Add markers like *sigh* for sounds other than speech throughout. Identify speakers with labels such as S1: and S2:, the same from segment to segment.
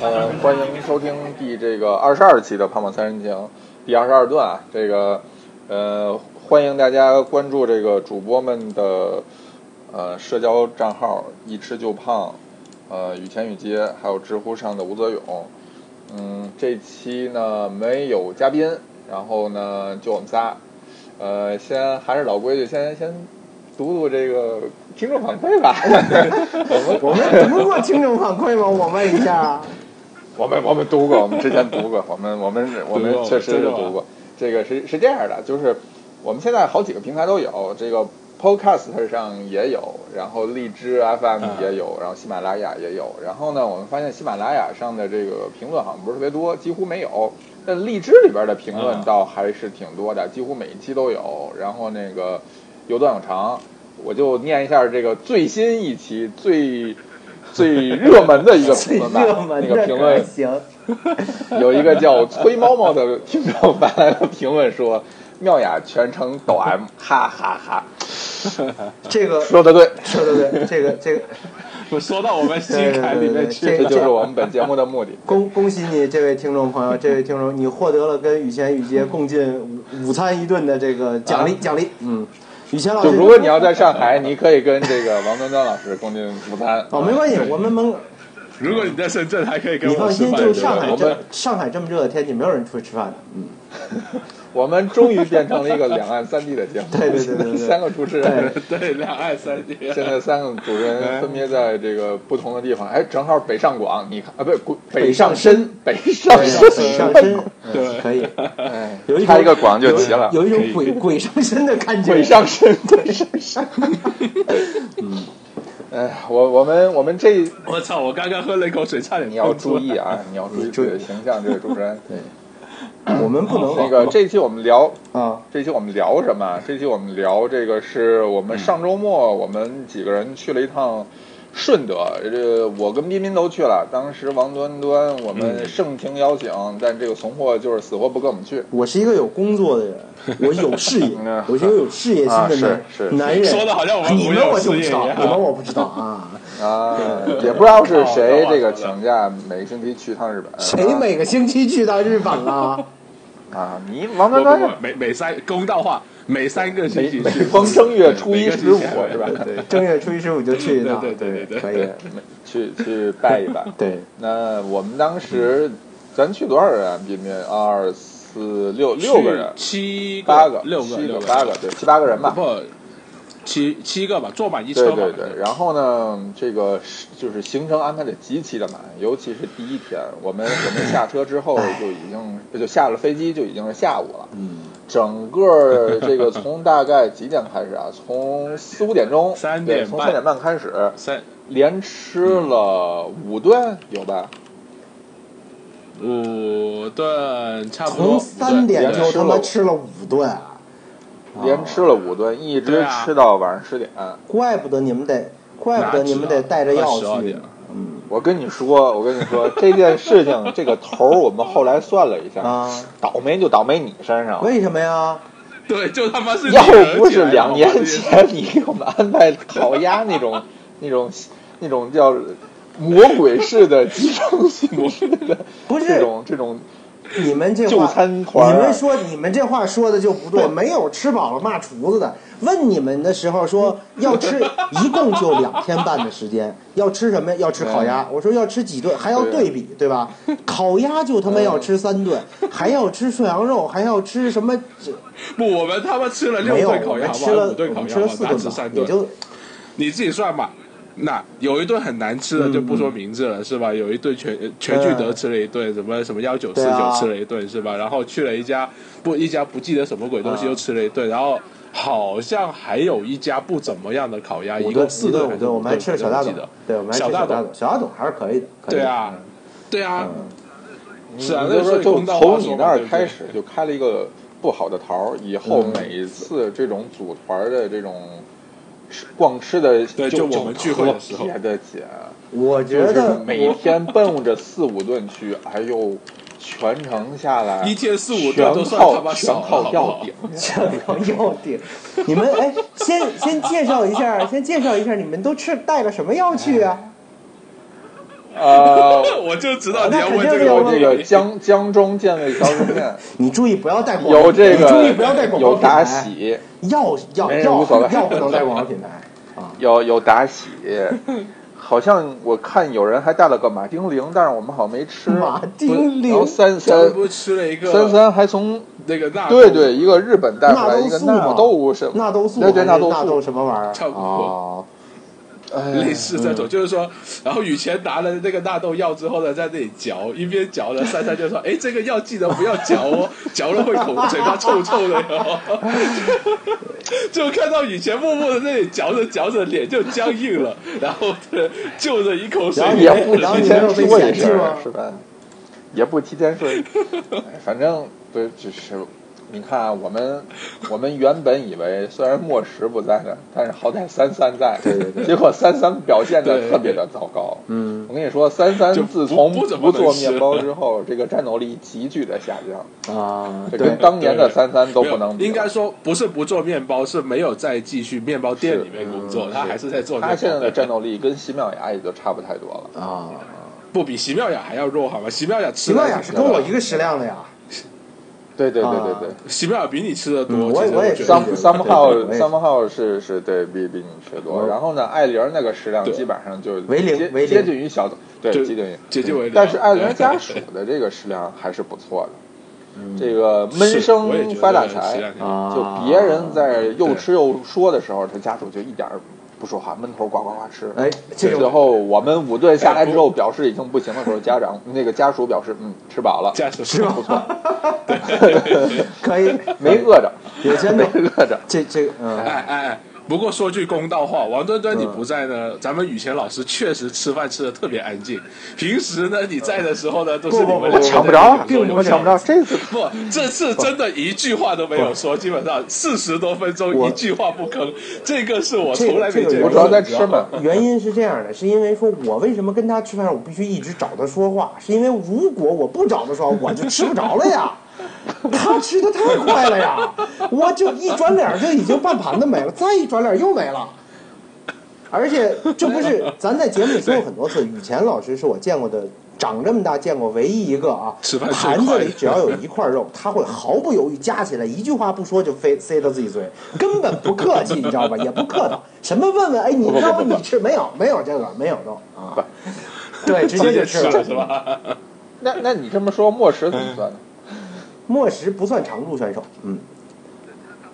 S1: 呃，欢迎收听第这个二十二期的《胖胖三人行》第二十二段啊。这个呃，欢迎大家关注这个主播们的呃社交账号“一吃就胖”，呃，雨前雨街，还有知乎上的吴泽勇。嗯，这期呢没有嘉宾，然后呢就我们仨。呃，先还是老规矩，先先读读这个听众反馈吧。 *laughs*
S2: 我们读过听众反馈吗？我问一
S1: *laughs*
S2: 下。
S1: 我们我们读过，我们之前读过， *laughs* 我们我们我们
S3: 读过
S1: 确实是
S3: 真的吗
S1: 读过。这个是是这样的，就是我们现在好几个平台都有，这个 Podcast 上也有，然后荔枝 FM
S3: 嗯
S1: 也有，然后喜马拉雅也有。然后呢，我们发现喜马拉雅上的这个评论好像不是特别多，几乎没有。但荔枝里边的评论
S3: 嗯
S1: 倒还是挺多的，几乎每一期都有。然后那个有短有长，我就念一下这个最新一期最最热门的一
S2: *laughs*
S1: 个
S2: 最
S1: 评论吧，
S2: 热门
S1: 那个
S2: 的
S1: 评论
S2: 可行，
S1: *laughs* 有一个叫崔猫猫的听众发来了评论说：“ *laughs* 妙雅全程抖 M，哈哈哈
S2: 这个
S1: 说的对，
S2: 对对对，这个这个
S3: 我说到我们心坎里面去
S2: 对对对对
S1: 这
S3: 了。
S1: 就是我们本节目的目的。
S2: 恭恭喜你，这位听众朋友，这位听众，你获得了跟雨前雨杰共进午午餐一顿的这个奖励奖励。嗯，雨前老师，
S1: 啊就如果你要在上海，你可以跟这个王端端老师共进午餐。
S2: 哦，没关系，我们门口
S3: 如果你在深圳，还可以跟
S2: 你
S3: 我
S2: 放
S3: 吃
S2: 心，
S3: 饭。
S2: 就是上海
S1: 我
S2: 这
S1: 们
S2: 上海这么热的天气，没有人出去
S1: *laughs*
S2: 吃饭的。
S1: 我们终于变成了一个两岸三地的节目。
S2: 对对对对对
S1: 三个主持人，
S3: 对两岸三地。
S1: 现在三个主持人分别在这个不同的地方。哎，正好北上广，你看啊，不是北上深，北上
S2: 对
S1: 深，
S2: 鬼上身，嗯
S1: *laughs*
S3: 对
S2: 可以，
S1: 哎
S2: 有一，种
S1: 开一个广就齐了。
S2: 有一
S3: 可
S2: 种
S1: *laughs*
S3: 以
S2: 鬼鬼上身的感觉。
S1: 鬼上身，鬼上身。 *laughs* 嗯， *laughs* 哎，我我们我们这
S3: 我操！我刚刚喝了一口水，差点
S1: 你要
S3: 喷出
S1: 注
S3: 来
S1: 意啊，你要注意自己的形象，这位主持 *laughs* 人。对，
S2: 我们不能
S1: 那个这期我们聊。
S2: 啊，
S1: 这期我们聊什么？啊这期我们聊这个是我们上周末我们几个人去了一趟顺德，这我跟彬彬都去了。当时王端端我们盛情邀请，但这个怂货就是死活不跟我们去。
S2: 我是一个有工作
S3: *laughs*
S2: 的人，我有事业
S1: 嗯，
S2: 我是一个有事业心的男、
S1: 啊是是
S2: 男人。
S3: 说得好像我们
S2: 你
S3: 没
S2: 们
S3: 有
S2: 我就不知道
S3: *laughs* 事业一，样
S2: 你们我不知道啊。
S1: 啊，也不知道是谁
S3: 哦
S1: 这个
S3: 懂了
S1: 请假每个星期去一趟日本。
S2: 谁每个星期去到日本啊？
S1: 啊？你王
S3: 不
S1: 端
S3: 不
S1: 端
S3: 不，每每三公道话，每三个星期
S1: 每
S3: 去
S1: 逢正月初一
S3: 每个
S1: 十
S3: 星
S1: 五
S3: 期
S1: 是吧？
S3: *laughs* 对
S2: 正月初一十五就去一趟，
S3: 对对对对对
S2: 可以。
S1: 去去拜一拜。
S2: 对，
S1: 那我们当时
S3: 嗯
S1: 咱去多少人啊？彬彬二四六六个人，
S3: 七个
S1: 八个、
S3: 六个、
S1: 七
S3: 六
S1: 个、八个，对，七八个人吧。
S3: 不，七七个吧，坐满一
S1: 对
S3: 车吧。
S1: 对对，然后呢，这个是就是行程安排的极其的满，尤其是第一天，我们我们下车之后就已经就下了飞机，就已经是下午了。嗯，整个这个从大概几点开始啊？从四五点钟，
S3: 三
S1: 对
S3: 点
S1: 从
S3: 半
S1: 三点半开始，
S3: 三
S1: 连吃了五顿有吧？
S3: 五顿差不
S2: 从
S3: 多。
S2: 三点
S1: 对
S2: 就他妈
S1: 对
S2: 吃了五顿啊，
S1: 连吃了五顿，一
S3: 对
S1: 直
S3: 啊
S1: 吃到晚上十点。
S2: 怪不得你们得，怪不得你们得带着药
S3: 啊十二
S2: 去
S3: 点。。
S1: 我跟你说， *laughs* 我跟你说这件事情，这个头儿我们后来算了一下，
S2: 啊
S1: 倒霉就倒霉你身上了。
S2: 为什么呀？
S3: 对，就他妈是
S1: 要
S3: 你惹
S1: 不
S3: 起来
S1: 是
S3: 的
S1: 两
S3: 我
S1: 年
S3: 这
S1: 前你给我们安排烤鸭那
S3: *laughs*
S1: 种、那种、那种叫魔鬼式的集中性的，
S2: 不是
S1: 这种这种，
S2: 你们这话
S1: 就餐团儿
S3: 啊
S2: 你们说你们这话说的就不对，没有吃饱了骂厨子的。问你们的时候
S3: *laughs*
S2: 说要吃，一共就两天半的时间，要吃什么？要吃烤鸭。我说要吃几顿，还要对比，对吧？烤鸭就他妈要
S3: 嗯
S2: 吃三顿，还要吃涮羊
S3: *laughs*
S2: 肉，还要吃什么？这
S3: 不，我们他妈吃了六
S2: 没有，
S3: 顿
S2: 我
S3: 烤鸭
S2: 们
S3: 吧，
S2: 吃
S3: 五
S2: 了
S3: 顿
S2: 我
S3: 烤
S2: 们
S3: 鸭
S2: 吃了
S3: 吧，
S2: 四
S3: 咱
S2: 顿
S3: 吃
S2: 吧
S3: 三，
S2: 也
S3: 顿，
S2: 就
S3: 你自己算吧。那有一顿很难吃
S2: 嗯
S3: 的就不说名字了，是吧？有一顿全呃全聚德吃了一顿，什么什么幺九四
S2: 啊对啊
S3: 九吃了一顿，是吧？然后去了一家不一家不记得什么鬼东
S2: 啊
S3: 西又吃了一顿，然后好像还有一家不怎么样的烤鸭，
S2: 五
S3: 一
S2: 顿
S3: 共
S2: 四
S3: 四
S2: 顿五
S3: 顿还是
S2: 顿，我们还吃了小大嗯
S3: 我
S2: 董
S3: 记得，
S2: 对，我们还吃
S3: 小
S2: 了小
S3: 大
S2: 大
S3: 董
S2: 董，，小大董还是可以的，可以
S3: 对
S2: 的
S3: 啊，对啊，
S2: 嗯
S3: 是啊，
S1: 你
S3: 那
S1: 就
S3: 所
S1: 说
S3: 以
S1: 就
S3: 公道话
S1: 从
S3: 说
S1: 你
S3: 嘛
S1: 那儿
S3: 对不对嗯
S1: 开始就开了一个不好的头儿，以后每一次这种组团儿的这种吃逛吃的，
S3: 对
S1: 就
S3: 就我们聚会的时候
S1: 特别的紧。
S2: 我觉
S1: 就
S2: 得
S1: 是
S2: 我
S1: 每天奔着四五顿去，哎呦，全程下来
S3: 一天四五
S1: 全
S3: 顿都算他
S1: 靠
S3: 妈
S1: 全
S3: 少
S1: 靠
S3: 了，好不
S1: 吊
S3: 好
S1: 顶？。
S2: 这到药店，你们哎，先先介绍一下，先介绍一下，你们都吃带了什么药去啊？
S1: 呃，
S3: *laughs* 我就知道你要问
S2: 啊那肯定
S3: 这个
S2: 要
S1: 有
S3: 问
S1: 这
S3: 题。
S1: 个江江中健胃消食
S3: *laughs*
S1: 片，
S2: 你注意不要带广告，
S1: 有这
S2: 你注
S1: 个
S2: 意不要
S3: 哎
S2: 带广告
S1: 有
S2: 品牌，
S3: 啊
S1: 达喜，
S2: 药药
S1: 没人
S2: 药
S1: 无所谓
S2: 药不能带广告品牌啊。
S1: 有有达
S3: *laughs*
S1: 喜，好像我看有人还带了个马丁灵，但是我们好像没吃。
S2: 马丁
S1: 然后
S2: 灵，
S1: 三
S3: 咱
S1: 三
S3: 们不是吃了一个
S1: 三三还从
S3: 那个纳
S1: 对
S3: 豆
S1: 对一个日本带回来一个纳
S2: 纳
S1: 豆啊
S2: 豆
S1: 什么
S2: 纳豆素
S1: 对对
S2: 还是
S1: 纳豆素
S2: 纳什么玩意儿？
S3: 差不多
S2: 哦嗯
S1: 哎
S3: 类似这种，就是说，然后雨前拿了那个纳豆药之后呢，在那里嚼，一边嚼呢，珊珊
S2: *laughs*
S3: 就说：“哎，这个药记得不要嚼哦，嚼了会口嘴巴臭臭的
S2: *laughs*
S3: 哟。”就看到雨前默默的那里嚼着嚼着，脸就僵硬了，然后呃就着一口水
S2: 然后，
S1: 也不
S2: 然后
S1: 提
S2: 你没
S1: 前
S2: 有被
S1: 说一
S2: 嫌弃
S1: 声
S2: 吗
S1: 是吧？也不提前说，哎反正不是只是。你看啊，我们我们原本以为虽然莫石不在了，但是好歹三三在，对对对结果三三表现的
S3: 对
S1: 特别的糟糕。
S2: 嗯
S1: 我跟你说，三三
S3: 就
S1: 自
S3: 不
S1: 从
S3: 不怎
S1: 不
S3: 么
S1: 做
S3: 能吃
S1: 面包之后，这个战斗力急剧的下降，
S2: 啊，
S1: 这
S2: 对
S1: 跟，当年的
S3: 对
S1: 三三都
S3: 没有
S1: 不能比了。
S3: 应该说不是不做面包，是没有再继续面包
S2: 嗯
S3: 店里面工作，他还是在做面包。
S1: 他现在的战斗力跟席妙雅也就差不太多了。
S2: 啊，
S3: 不比席妙雅还要弱好吗？席妙雅
S2: 奇
S3: 吃了
S2: 妙雅是跟我一个食量的呀。
S1: 对对对
S2: 啊
S1: 对对。
S3: 席妙雅比你吃的多，
S2: 嗯我也
S3: 其实
S2: 我也
S3: 觉
S2: 对
S3: 得
S2: 是
S1: some some
S2: 对
S1: how
S2: 对对
S1: some how 是是对比比你吃多，
S2: 嗯
S1: 然后呢，艾琳儿那个食量
S3: 对
S1: 基本上就
S2: 为零
S1: 接
S2: 为零
S1: 接近于小董，对
S3: 就
S1: 接近于，
S3: 接近为零
S1: 但是艾琳儿
S3: 对
S1: 家属的这个食量还是不错的，这个闷
S3: 嗯是我也
S1: 声
S3: 觉得
S1: 发大
S3: 食
S1: 财
S3: 量，啊挺
S2: 啊，
S1: 就别人在又吃又说的时候，他家属就一点儿不说话，闷头呱呱呱吃。
S2: 哎，这
S1: 最
S2: 种
S1: 后我们五顿下来之后，表示已经不行的时候，家长那个家属表示，嗯，吃饱了，
S3: 家属是吧？
S1: 不错，
S2: 可以，
S1: 没饿着，
S2: 有钱
S1: 没
S2: 没？
S1: 饿着。
S2: 这这
S3: 哎
S2: 嗯，
S3: 哎哎，不过说句公道话，王端端你
S2: 嗯
S3: 不在呢，咱们雨前老师确实吃饭吃的特别安静。平时呢你在的时候呢，都是
S2: 不不
S3: 你们
S2: 不
S3: 两个
S2: 抢
S1: 抢
S2: 不
S1: 不
S2: 着
S1: 着
S2: 啊
S1: 啊，
S2: 并不
S1: 我抢不着。这次
S3: 不，这次真的一句话都没有说，基本上四十多分钟
S2: 我
S3: 一句话不吭，这个是我
S2: 这个
S3: 从来没
S2: 这个
S3: 见
S1: 我
S3: 过
S1: 主
S3: 的。
S1: 要在吃嘛。
S2: *laughs* 原因是这样的，是因为说我为什么跟他吃饭，我必须一直找他说话，是因为如果我不找他说话，我就吃不着了呀。他吃的太快了呀，我就一转脸就已经半盘子没了，再一转脸又没了。而且这不是咱在节目里说过很多次，雨前老师是我见过的长这么大见过唯一一个啊
S3: 吃饭，最快
S2: 盘子里只要有一块肉，他会毫不犹豫夹起来，一句话不说就非塞到自己嘴，根本不客气，你知道吧？也不客套，什么问问，哎，你
S1: 不不
S2: 要不
S1: 不不
S2: 你吃没有？没有这个，没有肉
S1: 不
S2: 啊。对，直
S3: 直
S2: 接
S3: 接
S2: 就
S3: 吃
S2: 吃了。
S3: 是吧？
S1: 那那你这么说，莫石怎么算呢？
S2: 莫石不算常驻选手，嗯，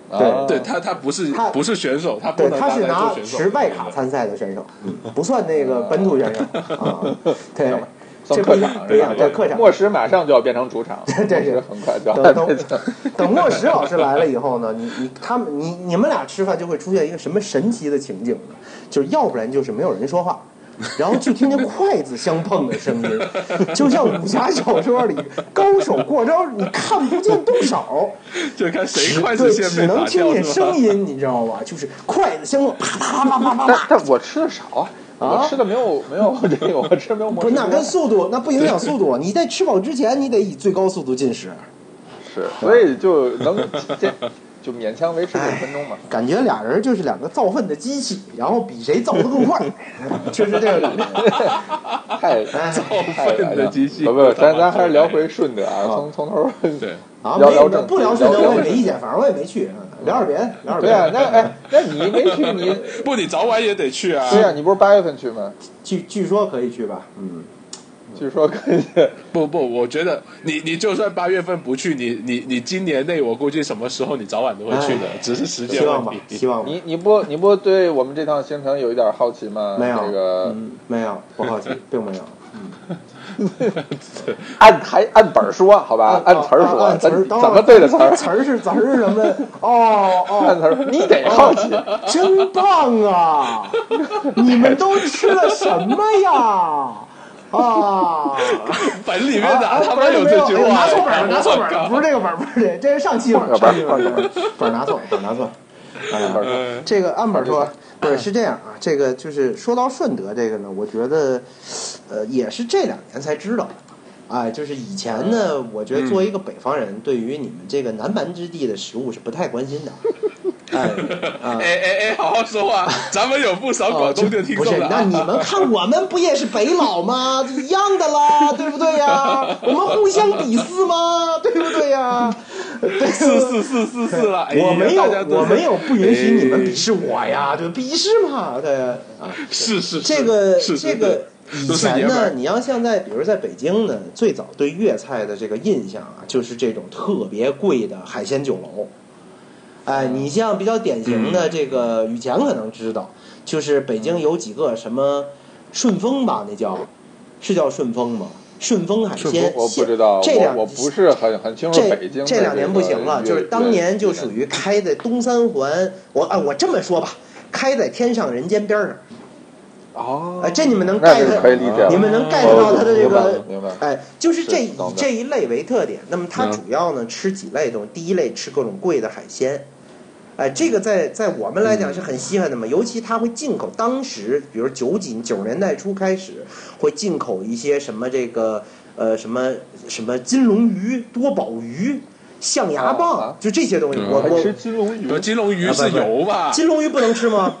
S1: 啊
S3: 对他，他不是
S2: 他
S3: 不是选手，他不
S2: 对，
S3: 能
S2: 他是
S3: 拿来
S2: 拿
S3: 做选手
S2: 持外卡参赛的选手，嗯不算那个本土选手啊。对，
S1: 算
S2: 这
S1: 客
S2: 不
S1: 场
S2: 不一
S1: 是吧
S2: 样，？对客场。
S1: 莫石马上就要变成主场，
S2: 对对对
S1: 莫石很快就要
S2: 等等
S1: 变成。
S2: 等莫石老师来了以后呢，你你他们你你们俩吃饭就会出现一个什么神奇的情景呢？就是要不然就是没有人说话，然后就听见筷子相碰的声音，就像武侠小说里高手过招，你看不见动手，
S3: 就看谁
S2: 只
S3: 筷子
S2: 对
S3: 先
S2: 只
S3: 被
S2: 能
S3: 打
S2: 听
S3: 掉
S2: 见
S3: 是吧
S2: 声？音，你知道吗？就是筷子相碰，啪啪啪啪啪
S1: 但
S2: *laughs* 啪。
S1: 但我吃的少啊，
S2: 啊
S1: 我吃的没有没有 *laughs* 这个，我吃的没有莫
S2: 不
S1: 石
S2: 是，那
S1: 多
S2: 跟速度那不影响速度，你在吃饱之前，你得以最高速度进食。
S1: 是，所以就能这就勉强维持五分钟嘛。
S2: 感觉俩人就是两个造粪的机器，然后比谁造的
S1: *laughs*
S2: 更快，就是这个感觉。
S1: 太
S2: 哎
S1: 造
S3: 粪的机器
S1: 不不，咱咱还是聊回顺德啊，从从头
S3: 对。
S2: 啊，
S1: 聊
S2: 没
S1: 聊
S2: 有
S1: 正
S2: 不
S1: 题
S2: 聊顺德
S1: 聊
S2: 我也
S1: 正
S2: 没意见，反正我也没去。嗯聊点别的，聊点别
S1: 对啊，
S2: 的。
S1: 那哎，那你没去你？
S3: 不，你早晚也得去啊。
S1: 对啊，你不是八月份去吗？
S2: 据据说可以去吧？嗯，
S1: 据说可以。
S3: 不不，我觉得你你就算八月份不去，你你你今年内我估计什么时候你早晚都会去的
S2: 哎，
S3: 只是时
S1: 嗯
S3: 间
S2: 希望
S1: *laughs*
S2: 吧
S3: 问，题。
S2: 希望
S1: *laughs*
S2: 吧。
S1: 你你不你不对我们这趟行程有一点好奇吗？
S2: 没有，
S1: 这个
S2: 嗯，没有，不好奇，
S1: *laughs*
S2: 并没有。
S1: 按台按本儿说，好吧，按词儿
S2: 啊
S1: 说，
S2: 按词
S1: 咱
S2: 儿，等会
S1: 怎
S2: 儿
S1: 么对的词儿？ *laughs*
S2: 词儿是词儿是什么？哦
S1: 按
S2: 哦，
S1: 词儿，你得好
S2: *laughs*
S1: 奇。
S2: 嗯真
S1: *laughs*
S2: 棒啊！你们都吃了什么呀？啊！
S3: 本 *laughs* 里面
S2: 啊
S3: 哪
S2: 啊
S3: 他
S2: 不是
S3: 妈有
S2: 没
S3: 这句
S2: 哎
S3: 话？
S2: 拿错本儿了，拿错本
S3: 我
S2: 儿了，
S3: 靠
S2: 不是这个本儿，不是这个，啊这是哎上期本儿，上
S1: 换
S2: 期
S1: 个
S2: 本
S1: 本儿
S2: 儿， *laughs* 本儿拿错，本儿拿错。 *laughs*
S1: 按本儿说
S3: 呃，
S2: 这个按本儿说，不是是这样啊，这个就是说到顺德这个呢，我觉得，呃，也是这两年才知道的。哎，就是以前
S3: 嗯 *laughs*
S2: 呢，我觉得作为一个北方人，对于你们这个南蛮之地的食物是不太关心的。哎，
S3: 哎
S2: 啊，
S3: 哎哎，好好说话，咱们有不少广东的听
S2: 哦不
S3: 众
S2: 是
S3: 的，
S2: 那你们看我们不也是北佬吗？ *laughs* 一样的啦，对不对
S3: *laughs*
S2: 呀？我们互相鄙视吗？对不对呀？对
S3: 是是是是是了，哎呀
S2: 我没有
S3: 大家，都
S2: 我没有不允许你们
S3: 哎
S2: 鄙视我呀，对，鄙视嘛，对啊。
S3: 是是是
S2: 这个
S3: 是是
S2: 这个
S3: 是
S2: 以
S3: 都是爷
S2: 前
S3: 们
S2: 呢，
S3: 儿
S2: 你要像在比如在北京呢，最早对粤菜的这个印象啊，就是这种特别贵的海鲜酒楼。哎，
S3: 嗯
S2: 你像比较典型的这个，以前可能知道，就是北京有几个什么顺丰吧，那叫是叫顺丰吗？顺丰海
S1: 顺丰
S2: 鲜，
S1: 我不知道，
S2: 这两
S1: 我我不是很很清楚
S2: 这
S1: 北京的
S2: 这两年
S1: 个
S2: 不行了，
S1: 乐
S2: 就是当年就属
S1: 乐
S2: 于开在东三环，我啊我这么说吧，开在天上人间边儿上，
S3: 哦
S2: 哎，这你们能
S1: 那
S2: get
S1: 是可以理解了，
S2: 你们能 get 到它的这个
S1: 啊哦明白了明白了
S2: 哎，就是这
S1: 是
S2: 以
S1: 懂的
S2: 这一类为特点。那么它
S3: 嗯
S2: 主要呢吃几类东西，第一类吃各种贵的海鲜。哎，这个在在我们来
S1: 嗯
S2: 讲是很稀罕的嘛，尤其它会进口，当时比如九几九十年代初开始会进口一些什么这个呃什么什么金龙鱼、多宝鱼、象牙蚌
S1: 啊，
S2: 就这些东西。
S3: 嗯
S2: 我
S1: 还吃
S2: 我
S1: 金龙鱼
S3: 不，金龙鱼
S2: 啊
S3: 是油吧？
S2: 金龙鱼不能
S1: *laughs*
S2: 吃吗？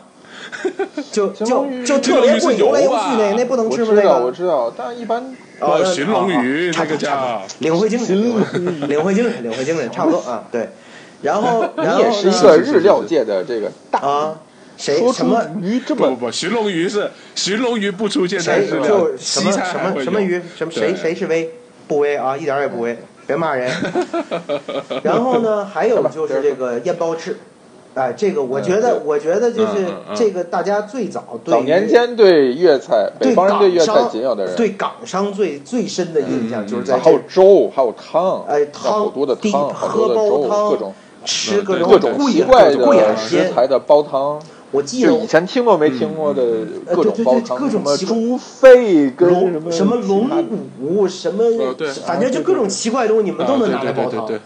S2: 就
S1: 金
S2: 就
S1: 龙鱼
S2: 就
S3: 金
S2: 特
S3: 龙
S2: 别
S3: 鱼是
S2: 贵，游来游
S3: 油
S2: 去
S3: 吧
S2: 那那不能
S1: 我
S2: 吃吗？
S1: 知
S2: 那
S1: 道
S2: 个
S1: 我知道，但一般
S2: 哦，那
S3: 寻龙鱼
S2: 哦哦差
S3: 那个
S2: 不多
S3: 叫
S2: 领会精神，领会精神，领会精神，差不多啊，对。然
S3: *laughs*
S2: 后，然
S1: 你
S2: 后
S1: 也是
S2: 呢
S1: 一个日料界的这个大
S2: 啊，谁
S1: 说
S2: 什
S1: 出
S2: 么
S1: 鱼这
S3: 不不
S1: 么
S3: 不，寻龙鱼是寻龙鱼不出现在
S2: 谁
S3: 日料
S2: 就什
S3: 西
S2: 么
S3: 餐
S2: 什
S3: 还会
S2: 么
S3: 有
S2: 什么鱼什么谁
S3: 对
S2: 谁是威不威啊，一点儿也不威，别骂
S3: *laughs*
S2: 人。然后呢，还有就是这个燕包翅。哎，这个我觉得，我觉得就是
S3: 嗯嗯嗯
S2: 这个，大家最早对
S1: 早
S2: 于
S1: 年间对粤菜，
S2: 对
S1: 北方人
S2: 港
S1: 对粤菜
S2: 商
S1: 仅有的人，
S2: 对港商最最深的印
S3: 嗯
S2: 象就是在
S1: 还
S2: 这
S1: 有粥，还有汤，
S2: 哎，
S1: 还有
S2: 汤
S1: 好多的
S2: 滴
S1: 汤，好多
S2: 喝
S1: 的
S2: 煲
S1: 粥，
S2: 汤，
S1: 各种嗯
S2: 吃各
S3: 对
S2: 种
S1: 各种
S2: 贵
S1: 奇
S2: 的
S1: 怪
S2: 贵海
S1: 的食
S2: 鲜。
S1: 材的煲汤，
S2: 我记得
S1: 就以前听都没听过的各种煲汤，
S2: 呃对对对各种
S1: 什么
S2: 奇怪
S1: 猪肺跟
S2: 龙
S1: 什
S2: 什么
S1: 其他的
S2: 龙骨什么
S3: 哦对，
S2: 反正就各种奇怪的东西，你们
S3: 啊
S2: 都能
S3: 对
S2: 拿来
S3: 对对
S2: 煲
S3: 对
S2: 汤
S3: 对。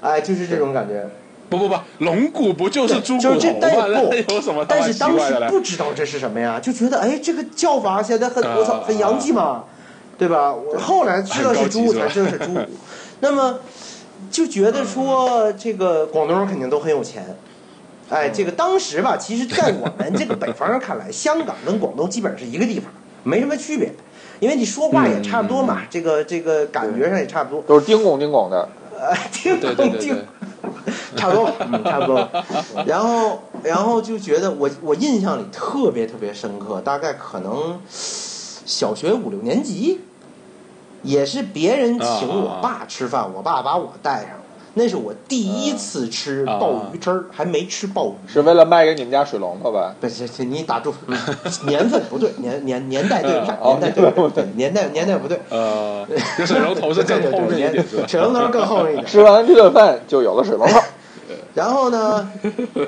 S2: 哎，就是这种感觉。
S3: 不不不，龙骨不就是猪骨
S2: 就是这
S3: 头，
S2: 但
S3: 吗？
S2: 是
S3: 那
S2: 不，
S3: 有什么他
S2: 但
S3: 妈
S2: 是
S3: 哦奇
S2: 当
S3: 怪
S2: 时
S3: 的嘞？
S2: 不知道这是什么呀，就觉得哎，这个叫法现在很
S3: 啊
S2: 我操很洋气嘛，对吧？我后来知道是
S3: 很高
S2: 猪，
S3: 级是吧
S2: 才知道是猪。那么就觉得说这个广东人肯定都很有钱。
S3: 嗯
S2: 哎，这个当时吧，其实，在我们这个北方人看来，香港跟广东基本上是一个地方，没什么区别，因为你说话也差不多
S3: 嗯
S2: 嘛，这个这个感觉上也差不多。
S1: 都是叮咣叮咣的，
S2: 呃，听
S3: 对
S2: 懂
S3: 对对
S2: 听
S3: 对，
S2: 差不多， *laughs* 嗯，差不多。然后，然后就觉得我我印象里特别特别深刻，大概可能小学五六年级，也是别人请我爸吃饭，我爸把我带上了，那是我第一次吃鲍鱼汁儿，还没吃鲍鱼。
S1: 是为了卖给你们家水龙头吧？
S2: 不是，这你打住， *laughs* 嗯年份不对，年年年代对不上，
S1: 哦
S2: 年代对不上，对年代年代不对，
S3: 呃，就水龙头是
S2: 对对
S3: 更
S2: 对
S3: 后面一
S2: 年
S3: 点是吧？
S2: 水龙头更后面一点。
S1: 吃完这顿饭就有了水龙
S2: *laughs*
S1: 头，
S2: 然后呢，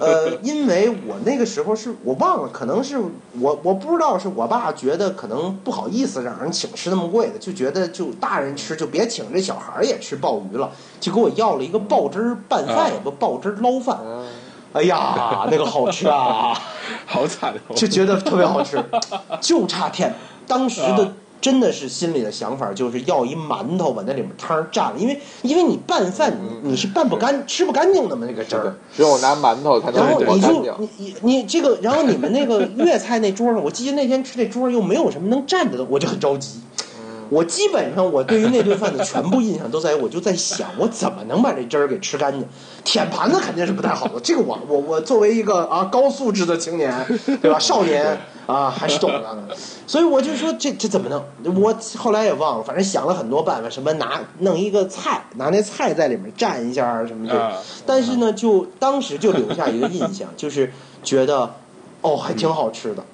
S2: 呃，因为我那个时候是我忘了，可能是我我不知道是我爸觉得可能不好意思让人请吃那么贵的，就觉得就大人吃就别请这小孩儿也吃鲍鱼了，就给我要了一个鲍汁儿拌饭，
S3: 嗯
S2: 有个鲍汁儿捞饭。
S1: 嗯，
S2: 哎呀，那个好吃啊，
S3: 好惨
S1: *laughs*
S2: *laughs*
S3: 哦！
S2: 就觉得特别好吃，就差天。当时的
S3: 啊
S2: 真的是心里的想法就是要一馒头把那里面汤儿蘸了，因为因为你拌饭你你是拌不干吃不干净的嘛那个汁
S1: 是
S2: 儿
S1: 的。，只有拿馒头才能
S2: 然后
S1: 抹干
S2: 你就
S1: 净。
S2: 你你你这个，然后你们那个粤菜那桌上，我记得那天吃那桌上又没有什么能蘸的东西，我就很着
S1: 嗯
S2: 急。我基本上我对于那顿饭的全部印象都在于，我就在想我怎么能把这汁儿给吃干净。舔盘子肯定是不太好的，这个我我我作为一个啊高素质的青年，对吧？少年啊还是懂的呢，所以我就说这这怎么弄？我后来也忘了，反正想了很多办法，什么拿弄一个菜，拿那菜在里面蘸一下啊什么
S3: 啊
S2: 的。但是呢，就当时就留下一个印象，就是觉得哦还挺好吃的。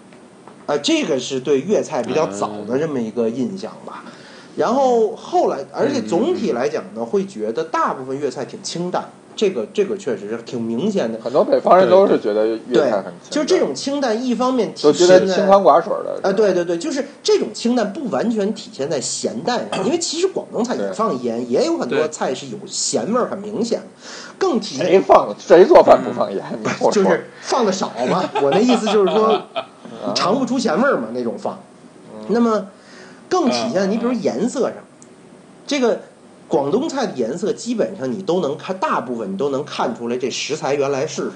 S2: 啊，这个是对粤菜比较早的这么一个印象吧。然后后来，而且总体来讲呢，会觉得大部分粤菜挺清淡，这个这个确实是挺明显的。
S1: 很多北方人都是觉得粤
S2: 对
S1: 菜很，清淡，
S2: 就是这种清淡，一方面体
S1: 都觉得
S2: 现在
S1: 清汤寡水的。
S2: 啊，对对对，就是这种清淡不完全体现在咸淡上，因为其实广东菜也
S1: 对
S2: 放盐，也有很多
S3: 对
S2: 菜是有咸味儿很明显的，更体现
S1: 谁放谁做饭不放盐？你跟我
S2: *laughs* 就
S1: 说，
S2: 是放的少嘛。 *laughs* 我那意思就是说，
S3: 嗯
S2: 尝不出咸味儿嘛，那种放。那么更体
S3: 嗯
S2: 现你比如颜色上，这个广东菜的颜色基本上你都能看，大部分你都能看出来这食材原来是什么。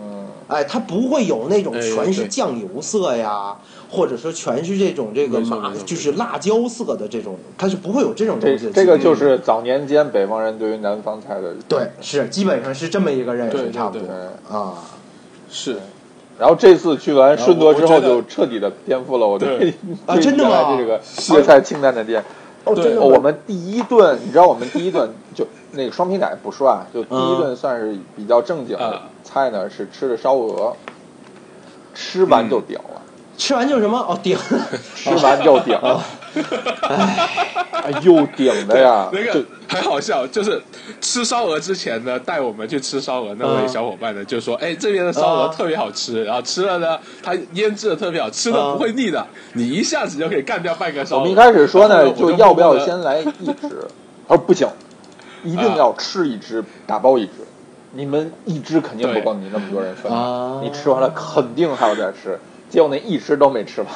S1: 嗯
S2: 哎，它不会有那种
S3: 哎
S2: 全是
S3: 对
S2: 酱油色呀，或者说全是这种这个
S3: 没错
S2: 麻
S3: 没错
S2: 就是辣椒色的这种，它是不会有这种东
S1: 这
S2: 西的。
S1: 这个就是早年间北方人对于南方菜的
S2: 对，是基本上是这么一个认
S3: 对
S2: 识，
S3: 对
S2: 差不
S1: 对
S2: 多。啊。
S3: 是
S1: 然后这次去完顺德之
S3: 然后我
S1: 后，
S3: 我觉
S1: 就
S3: 得
S1: 彻底的颠覆了我对
S3: 对
S2: 啊
S1: *laughs* 对
S2: 真的吗
S1: 原来这个粤菜清淡的店。
S2: 哦，
S3: 对
S2: 真的
S1: 哦
S2: 吗，
S1: 我们第一顿，你知道我们第一顿就那个双皮奶不说啊，就第一顿算是比较正经的
S3: 啊
S1: 菜呢，是吃的烧鹅，吃完就屌了，
S2: 吃完就什么哦顶，
S3: *laughs*
S1: 吃完就顶了，哎，又顶的呀，
S3: 那
S1: 就
S3: 个很好笑，就是吃烧鹅之前呢，带我们去吃烧鹅那位
S2: 嗯
S3: 小伙伴呢，就说：“哎，这边的烧鹅特别好吃，然后吃了呢，它腌制的特别好，吃了
S2: 嗯
S3: 不会腻的，你一下子就可以干掉半个烧
S1: 我
S3: 鹅。”
S1: 们一开始说
S3: 然后
S1: 呢，
S3: 我就
S1: 就要不
S3: 默
S1: 要
S3: 默地
S1: 先来一只？他说不行，一
S3: 啊
S1: 定要吃一只，打包一只。你们一只肯定不够你那么多人分
S2: 啊，
S1: 你吃完了肯定还要再吃。结果那一只都没吃完，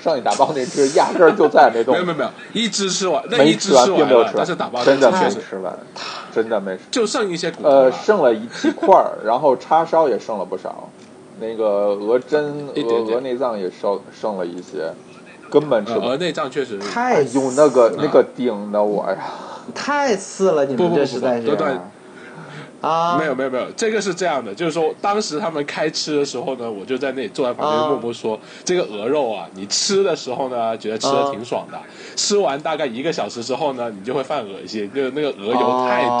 S1: 上一打包那只压根儿就再也没动
S3: 没有，没有没有，一只吃完，那
S1: 没
S3: 一只
S1: 吃完，并
S3: 完
S1: 没有
S3: 了，
S1: 吃
S3: 但
S1: 完
S3: 是打包，
S1: 真的没
S3: 确实
S1: 吃完，真的没吃。
S3: 就剩一些骨头
S1: 呃，
S3: 了
S1: 剩了一几块儿，然后叉烧也剩了不少，那个鹅胗、
S3: 一
S1: 鹅
S3: 点点
S1: 鹅内脏也剩剩了一些，根本吃
S3: 呃
S1: 不完
S3: 鹅。内脏确实
S1: 哎
S2: 太
S1: 呦，那个
S2: 次了
S1: 那个顶的我呀！
S2: *laughs* 太次了，你
S3: 不
S2: 们
S3: 不
S2: 这
S3: 不
S2: 实
S3: 不
S2: 在是
S3: 都对
S2: 啊，
S3: 没有没有没有，这个是这样的，就是说当时他们开吃的时候呢，我就在那里坐在旁
S2: 啊
S3: 边默默说，这个鹅肉啊，你吃的时候呢，觉得吃
S2: 啊
S3: 的挺爽的，吃完大概一个小时之后呢，你就会犯恶心，就是那个鹅油太多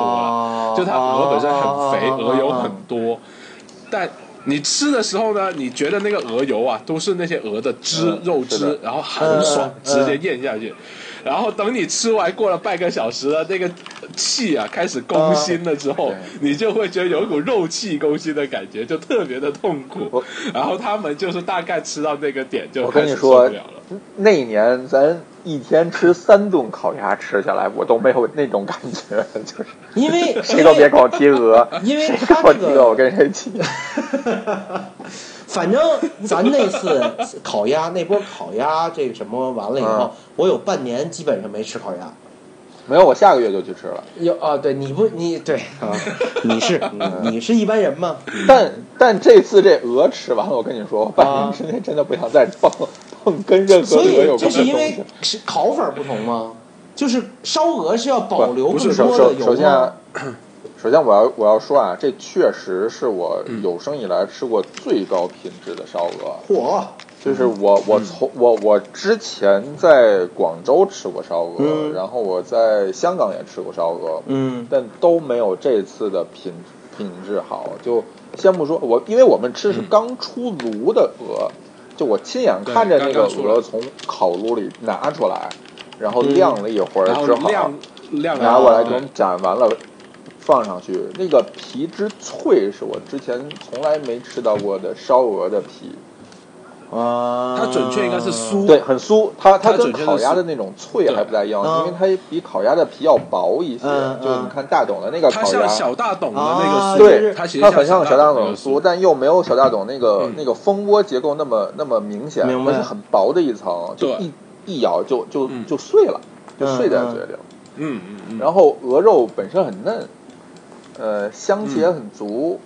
S2: 哦
S3: 了，就它鹅本身很肥，
S2: 哦
S3: 鹅油很多，但。你吃的时候呢，你觉得那个鹅油啊，都是那些鹅的汁、
S1: 嗯
S3: 肉
S1: 是的
S3: 汁，然后很爽，
S2: 嗯
S3: 直接咽下去。然后等你吃完过了半个小时了，那个气啊开始攻心了之后，
S1: 嗯对
S3: 你就会觉得有一股肉气攻心的感觉，就特别的痛苦
S1: 我。
S3: 然后他们就是大概吃到那个点就
S1: 我跟
S3: 开
S1: 你
S3: 始受
S1: 说
S3: 不了了。，
S1: 那一年咱一天吃三顿烤鸭吃下来，我都没有那种感觉，就是
S2: 因
S3: *laughs*
S2: 为
S1: 谁都别跟我提鹅，
S2: 因为
S1: 谁
S2: 他
S1: 跟我
S2: 这
S1: 提
S2: 个
S1: 鹅，我跟谁提。
S2: *laughs* 反正咱那次烤鸭那波烤鸭这个什么完了以后
S3: 啊
S1: 嗯，
S2: 我有半年基本上没吃烤鸭。
S1: 没有，我下个月就去吃了。
S2: 有啊，对，你不你对啊，你
S3: *laughs*
S2: 是你是一般人吗？
S1: 嗯但但这次这鹅吃完了，我跟你说，我半年之内真的不想再碰碰跟任何
S2: 所以
S1: 鹅有
S2: 就
S1: 关
S2: 是
S1: 的
S2: 因
S1: 东
S2: 为
S1: 西。
S2: 是烤粉儿不同吗？就是烧鹅是要保留
S1: 不
S2: 更
S1: 是
S2: 多
S1: 首首
S2: 的油
S1: 首先
S2: 吗
S1: 啊，首先我要我要说啊，这确实是我有生以来吃过最高品质的烧鹅。
S2: 火
S1: 就是我
S3: 嗯
S1: 我从我我之前在广州吃过烧鹅，
S2: 嗯
S1: 然后我在香港也吃过烧鹅，
S2: 嗯
S1: 但都没有这次的品品质好。就先不说我，因为我们吃是刚出炉的鹅，就我亲眼看着那
S3: 嗯对
S1: 个
S3: 刚刚出来嗯
S1: 鹅从烤炉里拿出来，然后晾了一会儿
S3: 然后啊
S1: 之后，
S3: 量量
S1: 拿过来
S3: 对
S1: 给我们斩完了，放上去，那个皮之脆是我之前从来没吃到过的烧鹅的皮。
S2: 啊，
S3: 它准确应该是酥
S1: 对，很酥，它它
S3: 它
S1: 跟
S3: 准确是
S1: 烤鸭
S3: 酥
S1: 的那种脆还不太一样，
S2: 对
S1: 因为它比烤鸭的皮要薄一些。
S2: 嗯嗯
S1: 就你看大董的那个
S3: 它
S1: 烤
S3: 像
S1: 鸭，
S3: 小大董的那个
S2: 啊
S3: 酥，
S1: 对，
S3: 它其实
S1: 它很像
S3: 小
S1: 小
S3: 大
S1: 大
S3: 董
S1: 董
S3: 的
S1: 酥，
S3: 酥，
S1: 但又没有小大董那个
S3: 嗯
S1: 那个蜂窝结构那么那么明显，
S2: 明白
S1: 它是很薄的一层，就
S3: 对
S1: 一一咬就就
S3: 嗯
S1: 就碎了，就
S2: 嗯
S1: 碎在嘴
S2: 嗯
S1: 里了。
S3: 嗯嗯嗯，
S1: 然后鹅肉本身很嫩，呃，香气也很足，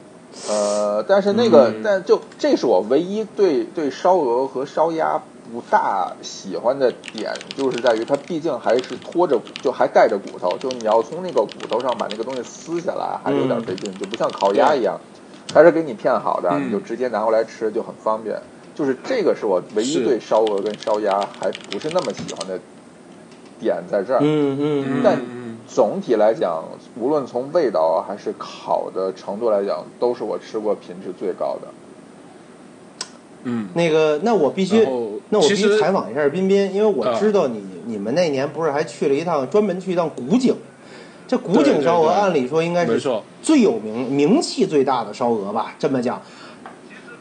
S1: 呃，但是那个，
S3: 嗯
S1: 但就这是我唯一对对烧鹅和烧鸭不大喜欢的点，就是在于它毕竟还是拖着骨，就还带着骨头，就你要从那个骨头上把那个东西撕下来，还是
S3: 嗯
S1: 有点费劲，就不像烤鸭一样，它是给你片好的，
S3: 嗯
S1: 你就直接拿过来吃就很方便。就是这个是我唯一
S3: 是
S1: 对烧鹅跟烧鸭还不是那么喜欢的点在这儿。
S2: 嗯嗯嗯
S3: 嗯
S1: 但
S3: 嗯
S1: 总体来讲，无论从味道啊还是烤的程度来讲，都是我吃过品质最高的。
S3: 嗯，
S2: 那个，那我必须
S3: 然后，
S2: 那我必
S3: 其
S2: 须
S3: 实
S2: 采访一下彬彬，因为我
S3: 啊
S2: 知道你、你们那年不是还去了一趟，专门去一趟古井。这古井烧鹅
S3: 对对对
S2: 按理说应该
S3: 没
S2: 是
S3: 错
S2: 最有名、名气最大的烧鹅吧？这么讲，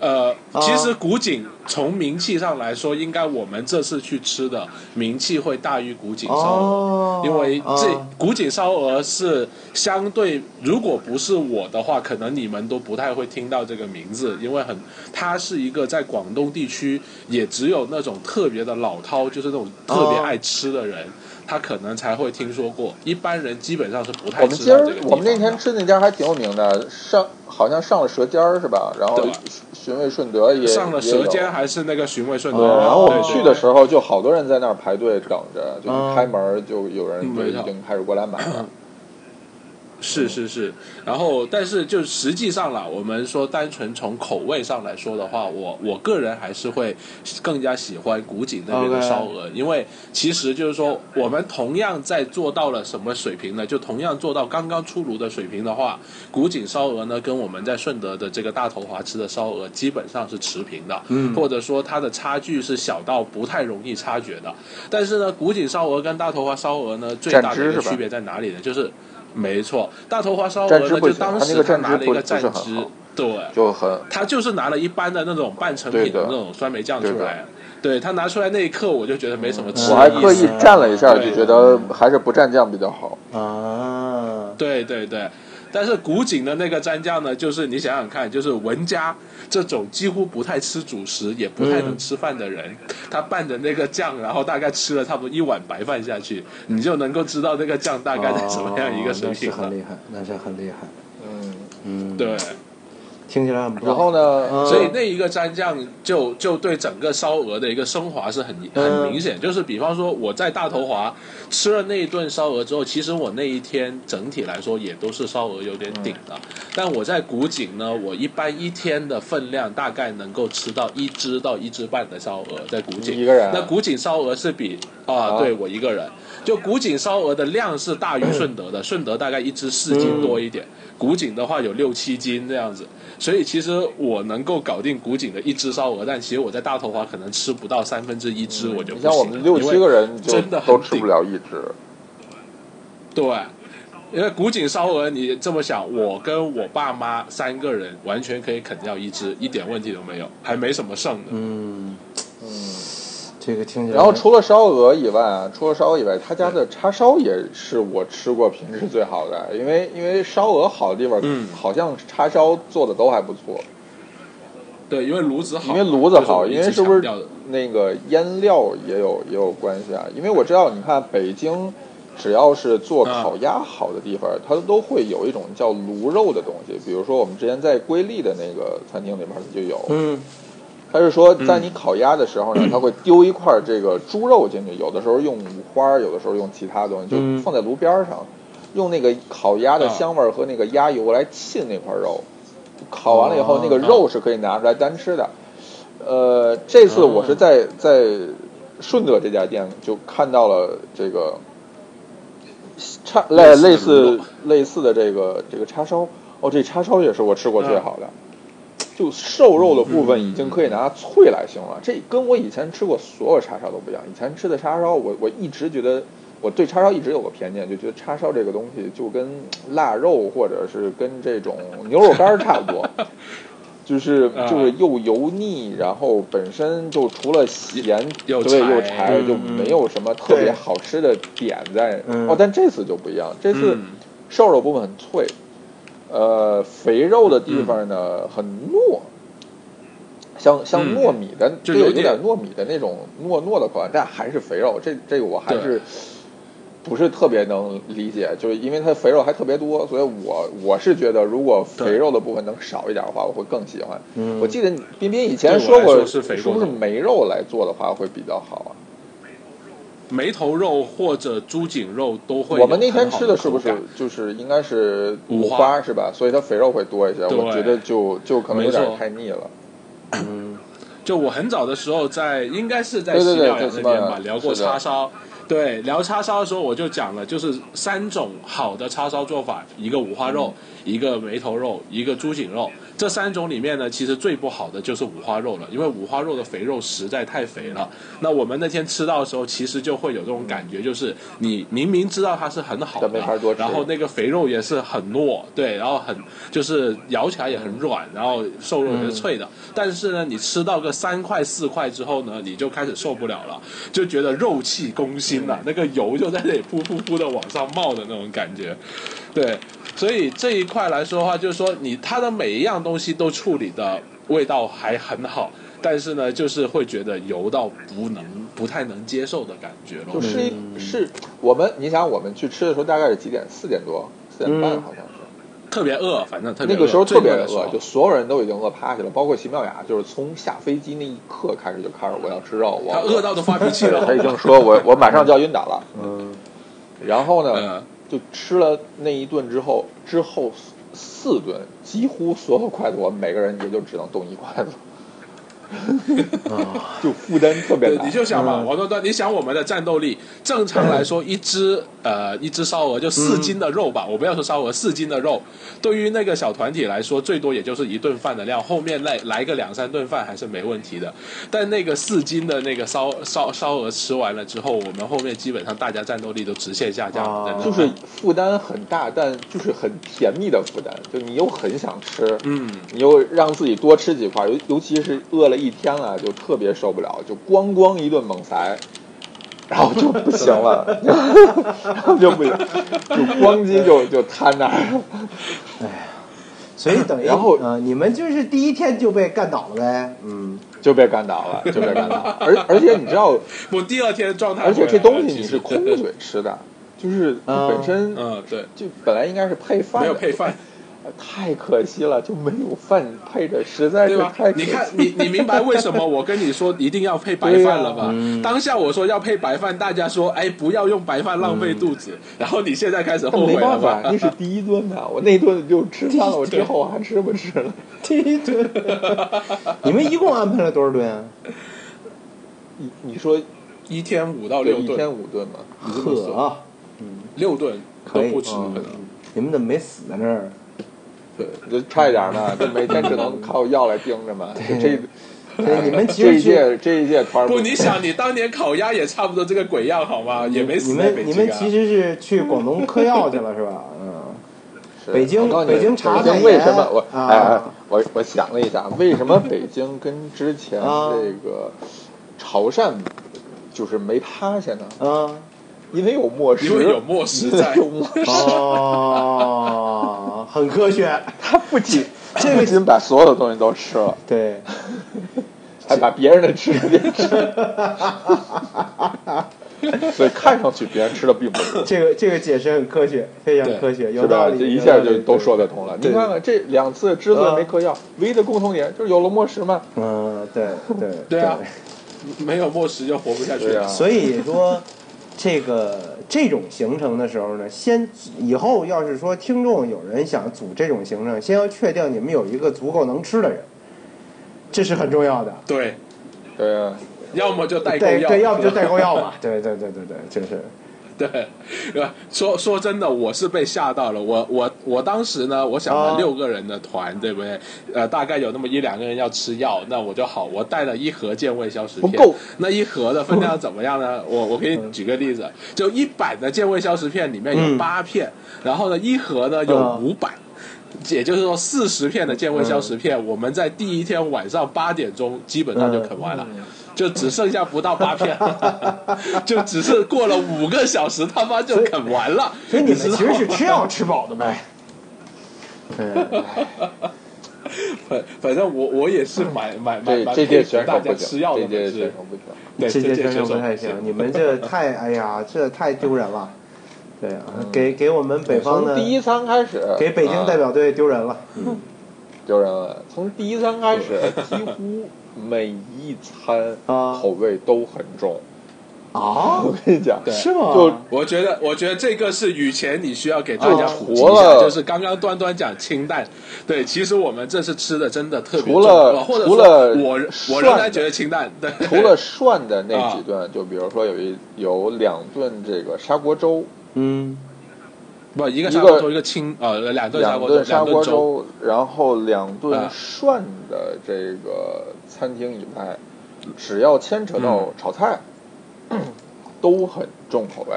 S3: 呃，
S2: 啊
S3: 其实古井从名气上来说，应该我们这次去吃的名气会大于古井烧鹅，
S2: 哦，
S3: 因为这
S2: 啊
S3: 古井烧鹅是相对，如果不是我的话，可能你们都不太会听到这个名字，因为很，它是一个在广东地区也只有那种特别的老饕，就是那种特别
S2: 哦
S3: 爱吃的人。他可能才会听说过，一般人基本上是不太
S1: 我们
S3: 知
S1: 今
S3: 道
S1: 儿
S3: 这个地方的。
S1: 我们那天吃那家还挺有名的，上好像上了《舌尖儿》是吧？然后
S3: 对
S1: 寻味顺德也
S3: 上了《
S1: 也
S3: 舌
S1: 有
S3: 尖》还是那个寻味顺德，
S1: 对，然后我们
S3: 对对
S1: 去的时候就好多人在那儿排队等着，就
S2: 嗯
S1: 是开门儿就有人就
S3: 嗯没
S1: 已
S3: 错
S1: 经开始过来买
S3: *laughs*
S1: 了。
S3: 是是是，然后但是就实际上啦，我们说单纯从口味上来说的话，我我个人还是会更加喜欢古井那边的
S2: OK
S3: 烧鹅因为其实就是说我们同样在做到了什么水平呢？就同样做到刚刚出炉的水平的话，古井烧鹅呢跟我们在顺德的这个大头华吃的烧鹅基本上是持平的，
S2: 嗯
S3: 或者说它的差距是小到不太容易察觉的。但是呢，古井烧鹅跟大头华烧鹅呢最大的
S1: 蘸
S3: 一
S1: 汁
S3: 个
S1: 是吧
S3: 区别在哪里呢？就是没错，大头华烧鹅
S1: 蘸汁
S3: 呢，
S1: 不
S3: 就
S1: 行
S3: 当
S1: 它那
S3: 时
S1: 个
S3: 他
S1: 蘸
S3: 拿
S1: 汁
S3: 了一
S1: 不
S3: 个
S1: 不
S3: 蘸
S1: 是很
S3: 汁
S1: 好，
S3: 对，
S1: 就很
S3: 他就是拿了一般的那种半成品
S1: 对的
S3: 那种酸梅酱
S1: 对
S3: 出
S1: 的嗯
S3: 来，对他拿出来那一刻，我就觉得没什么吃
S1: 我还
S3: 的
S1: 刻
S3: 意
S1: 意
S3: 思。
S1: 蘸了一下，
S3: 对
S1: 就觉得还是不蘸酱比较好。
S2: 啊，
S3: 对对对，但是古井的那个蘸酱呢，就是你想想看，就是文家这种几乎不太吃主食，也不太能吃饭的人，他拌的那个酱，然后大概吃了差不多一碗白饭下去，你就能够知道那个酱大概在什么样一个水平
S2: 哦那是
S3: 了
S2: 很。厉害，那是很厉害。
S1: 嗯，
S2: 嗯，，
S3: 对。
S2: 听起来很不错。
S1: 然后呢，
S2: 嗯
S3: 所以那一个蘸酱就就对整个烧鹅的一个升华是很
S1: 嗯
S3: 很明显，就是比方说我在大头华吃了那一顿烧鹅之后，其实我那一天整体来说也都是烧鹅有点顶的，
S1: 嗯
S3: 但我在古井呢，我一般一天的分量大概能够吃到一只到一只半的烧鹅，在古井
S1: 你一个人啊
S3: 那古井烧鹅是比啊
S1: 啊
S3: 对我一个人，就古井烧鹅的量是大于顺德的，顺德大概一只四
S1: 嗯
S3: 斤多一点，古井的话有六七斤这样子。所以其实我能够搞定古井的一只烧鹅，但其实我在大头华可能吃不到三分之一只，我就
S1: 嗯你
S3: 不
S1: 像我
S3: 行了。
S1: 们六
S3: 因为
S1: 七个人就
S3: 真的很
S1: 都吃
S3: 顶
S1: 不了一只。
S3: 对，因为古井烧鹅，你这么想，我跟我爸妈三个人完全可以啃掉一只，一点问题都没有，还没什么剩的。
S2: 嗯，
S1: 嗯，
S2: 这个听起来，
S1: 然后除了烧鹅以外啊，除了烧鹅以外，他家的叉烧也是我吃过品质最好的，因为因为烧鹅好的地方，
S3: 嗯
S1: 好像叉烧做的都还不错。
S3: 对，因为炉子
S1: 因
S3: 好，
S1: 为炉子好，
S3: 这
S1: 因
S3: 我
S1: 为
S3: 一直
S1: 是不是
S3: 强调的
S1: 那个腌料也有也有关系啊？因为我知道，你看北京，只要是做烤鸭好的地方，它都会有一种叫炉肉的东西。比如说，我们之前在瑰丽的那个餐厅里面就有，
S2: 嗯，
S1: 它是说在你烤鸭的时候呢，它会丢一块这个猪肉进去，有的时候用五花，有的时候用其他东西，
S2: 嗯
S1: 就放在炉边上，用那个烤鸭的
S3: 啊
S1: 香味儿和那个鸭油来沁那块肉。烤完了以后
S2: 哦，
S1: 那个肉是可以拿出来单吃的。呃，这次我是在在顺德这家店就看到了这个叉类类
S3: 类似的
S1: 似类似的这个这个叉烧，哦，这叉烧也是我吃过最好的，就瘦肉的部分已经可以拿脆来形容了。这跟我以前吃过所有叉烧都不一样，以前吃的叉烧，我我一直觉得我对叉烧一直有个偏见，就觉得叉烧这个东西就跟腊肉或者是跟这种牛肉干儿差不多。就是
S3: 啊
S1: 就是又油腻，然后本身就除了咸，
S3: 又
S1: 对
S3: 柴
S1: 又柴，
S2: 嗯
S1: 就没有什么特别
S2: 对
S1: 好吃的点在。
S2: 嗯
S1: 哦，但这次就不一样，这次
S3: 嗯
S1: 瘦肉部分很脆，呃，肥肉的地方呢、很糯，像像
S3: 嗯
S1: 糯米的，
S3: 就
S1: 对，
S3: 有
S1: 有
S3: 点
S1: 点糯米的那种糯糯的口感，但还是肥肉。这这个我还是不是特别能理解，就是因为它肥肉还特别多，所以我我是觉得如果
S3: 对
S1: 肥肉的部分能少一点的话，我会更喜欢。
S2: 嗯
S1: 我记得你彬彬以前
S3: 对我来
S1: 过，
S3: 说是肥肉
S1: 不是
S3: 的
S1: 梅肉来做的话会比较好啊？
S3: 梅头肉或者猪颈肉都会有
S1: 我们那天
S3: 很好
S1: 吃
S3: 的
S1: 是不
S3: 口
S1: 是
S3: 感
S1: 就是应该是
S3: 五
S1: 五
S3: 花
S1: 花是吧？所以它肥肉会多一些，
S3: 对
S1: 我觉得就就可能有
S3: 没
S1: 点
S3: 错
S1: 太腻了。
S2: 嗯，
S3: 就我很早的时候在，应该是在
S1: 对
S3: 西
S1: 对对
S3: 料雅
S1: 在
S3: 那
S1: 西班
S3: 边
S1: 牙
S3: 吧，聊过
S1: 是的
S3: 叉烧。对，聊叉烧的时候我就讲了，就是三种好的叉烧做法：一个五花肉，
S1: 嗯
S3: 一个梅头肉，一个猪颈肉。这三种里面呢，其实最不好的就是五花肉了，因为五花肉的肥肉实在太肥了。那我们那天吃到的时候，其实就会有这种感觉，就是你明明知道它是很好的
S1: 但没法多，吃
S3: 然后那个肥肉也是很糯，对，然后很就是咬起来也很软，然后瘦肉也是脆的。但是呢，你吃到个三块四块之后呢，你就开始受不了了，就觉得肉气攻心了，那个油就在那里噗噗噗的往上冒的那种感觉，对。所以这一块来说的话，就是说你它的每一样东西都处理的味道还很好，但是呢，就是会觉得油到不能不太能接受的感觉
S1: 就
S3: 咯。
S1: 是
S3: 嗯
S1: 一是我们，你想我们去吃的时候大概是几点？四点多，四点半
S2: 嗯
S1: 好像是。
S3: 特别饿，反正特别
S1: 那
S3: 饿
S1: 个时候特别
S3: 最的时
S1: 饿，就所有人都已经饿趴下了，包括齐妙雅，就是从下飞机那一刻开始就开始我要吃肉，我
S3: 他饿到都发脾气
S1: 他已
S3: 了。
S1: 经说我我马上就要晕倒了。
S2: 嗯，
S1: 然后呢，
S3: 嗯，
S1: 就吃了那一顿之后，之后四四顿几乎所有筷子，我们每个人也就只能动一筷子， *laughs* 就负担特别
S3: 对，
S1: 大嗯
S3: 你。就想嘛，
S2: 嗯
S3: 王端端，你想我们的战斗力，正常来说，一只呃一只烧鹅就四斤的肉
S1: 嗯
S3: 吧，我不要说烧鹅，四斤的肉，对于那个小团体来说，最多也就是一顿饭的量，后面来来个两三顿饭还是没问题的。但那个四斤的那个烧烧烧鹅吃完了之后，我们后面基本上大家战斗力都直线下降，
S2: 啊
S3: 真的
S1: 就是负担很大，但就是很甜蜜的负担，就你又很想吃，
S3: 嗯，
S1: 你又让自己多吃几块，尤尤其是饿了一天了，就特别受不了，就咣咣一顿猛塞，然后就不行了， *laughs* 然后就不行，就咣叽就就瘫那儿了。
S2: 所以等于
S1: 然后
S2: 呃，你们就是第一天就被干倒了呗， *laughs* 嗯，
S1: 就被干倒了，就被干倒了。而而且你知
S3: *laughs*
S1: 道，
S3: 我第二天状态
S1: 而
S3: 回来
S1: 且
S3: 了，
S1: 这东西你
S3: 其
S1: 是
S3: 实
S1: 空，嘴吃的，就是
S2: 啊
S1: 本身
S3: *laughs* 嗯，对，
S1: 就本来应该是配饭
S3: 没
S1: 的，
S3: 有配饭。
S1: 太可惜了，就没有饭配着，实在
S3: 对
S1: 是
S3: 吧
S1: 太？可
S3: 你
S1: 惜
S3: 看，你你明白为什么我跟你说一定要配白饭了吧？
S2: 对啊嗯
S3: 当下我说要配白饭，大家说哎不要用白饭浪费肚子，然后你现在开始
S1: 但
S3: 后悔
S1: 没
S3: 了
S1: 办法
S3: 吧，？
S1: 那是第一顿呐、我那顿就吃饭了，我之后还吃不吃了？
S2: 第一顿，你们一共安排了多少顿啊？
S1: 你你说
S3: 一天五到
S1: 对
S3: 哦六
S1: 一
S3: 顿，
S1: 天五顿吗？
S3: 你这
S2: 呵
S3: 么说，
S2: 啊，
S3: 六顿都
S2: 可以
S3: 不止
S2: 嗯
S3: 可能。
S2: 你们怎么没死在那儿？
S1: 对，就差一点呢，就每天只能靠药来盯着嘛。就这
S2: 对，你们其
S1: 这
S2: 实
S1: 一
S2: 去，
S1: 届这一届团儿
S3: 不，你想，你当年烤鸭也差不多这个鬼样好吗？也没
S2: 你
S3: 死在北
S2: 们你
S3: 京
S2: 们
S3: 啊
S2: 其。实是去广东嗑药去了是吧？嗯，
S1: 是
S2: 北京
S1: 我告诉你
S2: 北京茶
S1: 北京
S2: 太
S1: 为
S2: 严
S1: 什么我
S2: 啊
S1: 哎哎我我想了一下，为什么北京跟之前
S2: 啊
S1: 这个潮汕就是没趴下呢？
S2: 啊，
S1: 因为有墨石，
S3: *laughs* 因为有墨石在
S1: 有
S3: *laughs*
S1: 墨石，
S2: 哦，很科学，
S1: 它不仅
S2: 这个
S1: 不仅把所有的东西都吃了，
S2: 对，
S1: 还把别人的吃的也吃了， *laughs* 所以看上去别人吃的并不多。
S2: 这个这个解释很科学，非常
S3: 对
S2: 科学，有
S1: 是
S2: 道
S1: 吧？
S2: 理，
S1: 这一
S2: 有
S1: 下
S2: 道
S1: 就
S2: 理
S1: 都说得通了。你
S2: 对啊
S1: 看看这两次之所以没嗑药，唯一的共同点就是有了墨石嘛。
S2: 嗯，对对
S3: 对啊，没有墨石就活不下去
S1: 对
S3: 了
S1: 啊。
S2: 所以说，这个这种行程的时候呢，先以后要是说听众有人想组这种行程，先要确定你们有一个足够能吃的人，这是很重要的。
S3: 对，
S1: 对啊，
S3: 要么就代购
S2: 对
S3: 药，
S2: 对，要不就代购药吧。对对对对对，就是
S3: *laughs* 对，对吧说说真的，我是被吓到了。我我我当时呢，我想
S1: 哦
S3: 了
S2: 啊
S3: 六个人的团，对不对？呃，大概有那么一两个人要吃药，那我就好，我带了一盒健胃消食片。
S1: 不够，
S3: 那一盒的分量怎么样呢？我我给你举个例子，就一板的健胃消食片里面有
S2: 嗯
S3: 八片，然后呢一盒呢有
S2: 啊
S1: 嗯
S3: 五板。也就是说，四十片的健胃消食片，我们在第一天晚上八点钟基本上就啃完了，
S1: 嗯
S3: 就只剩下不到八片， *laughs* 就只是过了五个小时，他妈就啃完了。
S2: *laughs* 所以你们
S3: 知
S2: 其
S3: 道
S2: 实是
S3: 吗
S2: 吃药吃饱的呗。嗯，
S3: 反反正我我也是蛮蛮蛮
S1: 这
S3: 蛮
S1: 这
S3: 佩
S1: 届
S3: 服
S1: 选
S3: 大
S1: 手
S3: 家
S1: 不
S3: 吃
S1: 行，
S3: 药的
S1: 这届选
S3: 本事
S1: 手，不行。
S3: 对
S2: 这届
S3: 届
S2: 真
S3: 选
S2: 是
S3: 手
S2: 不太
S3: 不
S2: 行，
S3: 行
S2: 你们这太哎呀，这太丢人了。对啊，给给我们北方
S1: 从
S2: 的
S1: 第一餐开始，
S2: 给北京代
S1: 啊
S2: 表队丢人了。
S1: 丢人了。从第一餐开始，几乎每一餐
S2: 啊
S1: 口味都很重。
S2: 啊
S1: 我，跟你讲，
S3: 对
S2: 是吗？
S1: 就
S3: 我觉得，我觉得这个是雨前你需要给大家
S1: 哦
S3: 普及
S1: 除
S3: 一下，
S1: 了
S3: 就是刚刚端端讲清淡，对，其实我们这次吃的真的特别
S1: 除了
S3: 重或者
S1: 除
S3: 说
S1: 了
S3: 我
S1: 涮
S3: 我仍然觉得清淡，对，
S1: 除了涮的那
S3: 啊
S1: 几顿，就比如说有一有两顿这个砂锅粥，
S2: 嗯，
S3: *laughs* 不一个
S1: 一
S3: 砂
S1: 个
S3: 锅粥，一个清呃两顿砂
S1: 两
S3: 锅粥，
S1: 顿砂
S3: 两
S1: 锅
S3: 顿粥，
S1: 粥，然后两顿
S3: 啊
S1: 涮的这个餐厅以外，只要牵扯到
S3: 嗯
S1: 炒菜， *coughs* 都很重口味。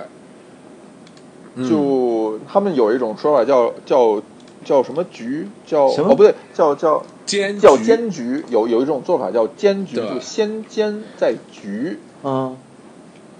S3: 嗯
S1: 就他们有一种说法叫叫叫什么局，叫
S2: 什么
S1: 哦不对，叫叫
S3: 煎
S1: 叫
S3: 焗
S1: 煎局，有有一种做法叫煎局，
S3: 对
S1: 就先煎再焗，
S2: 啊，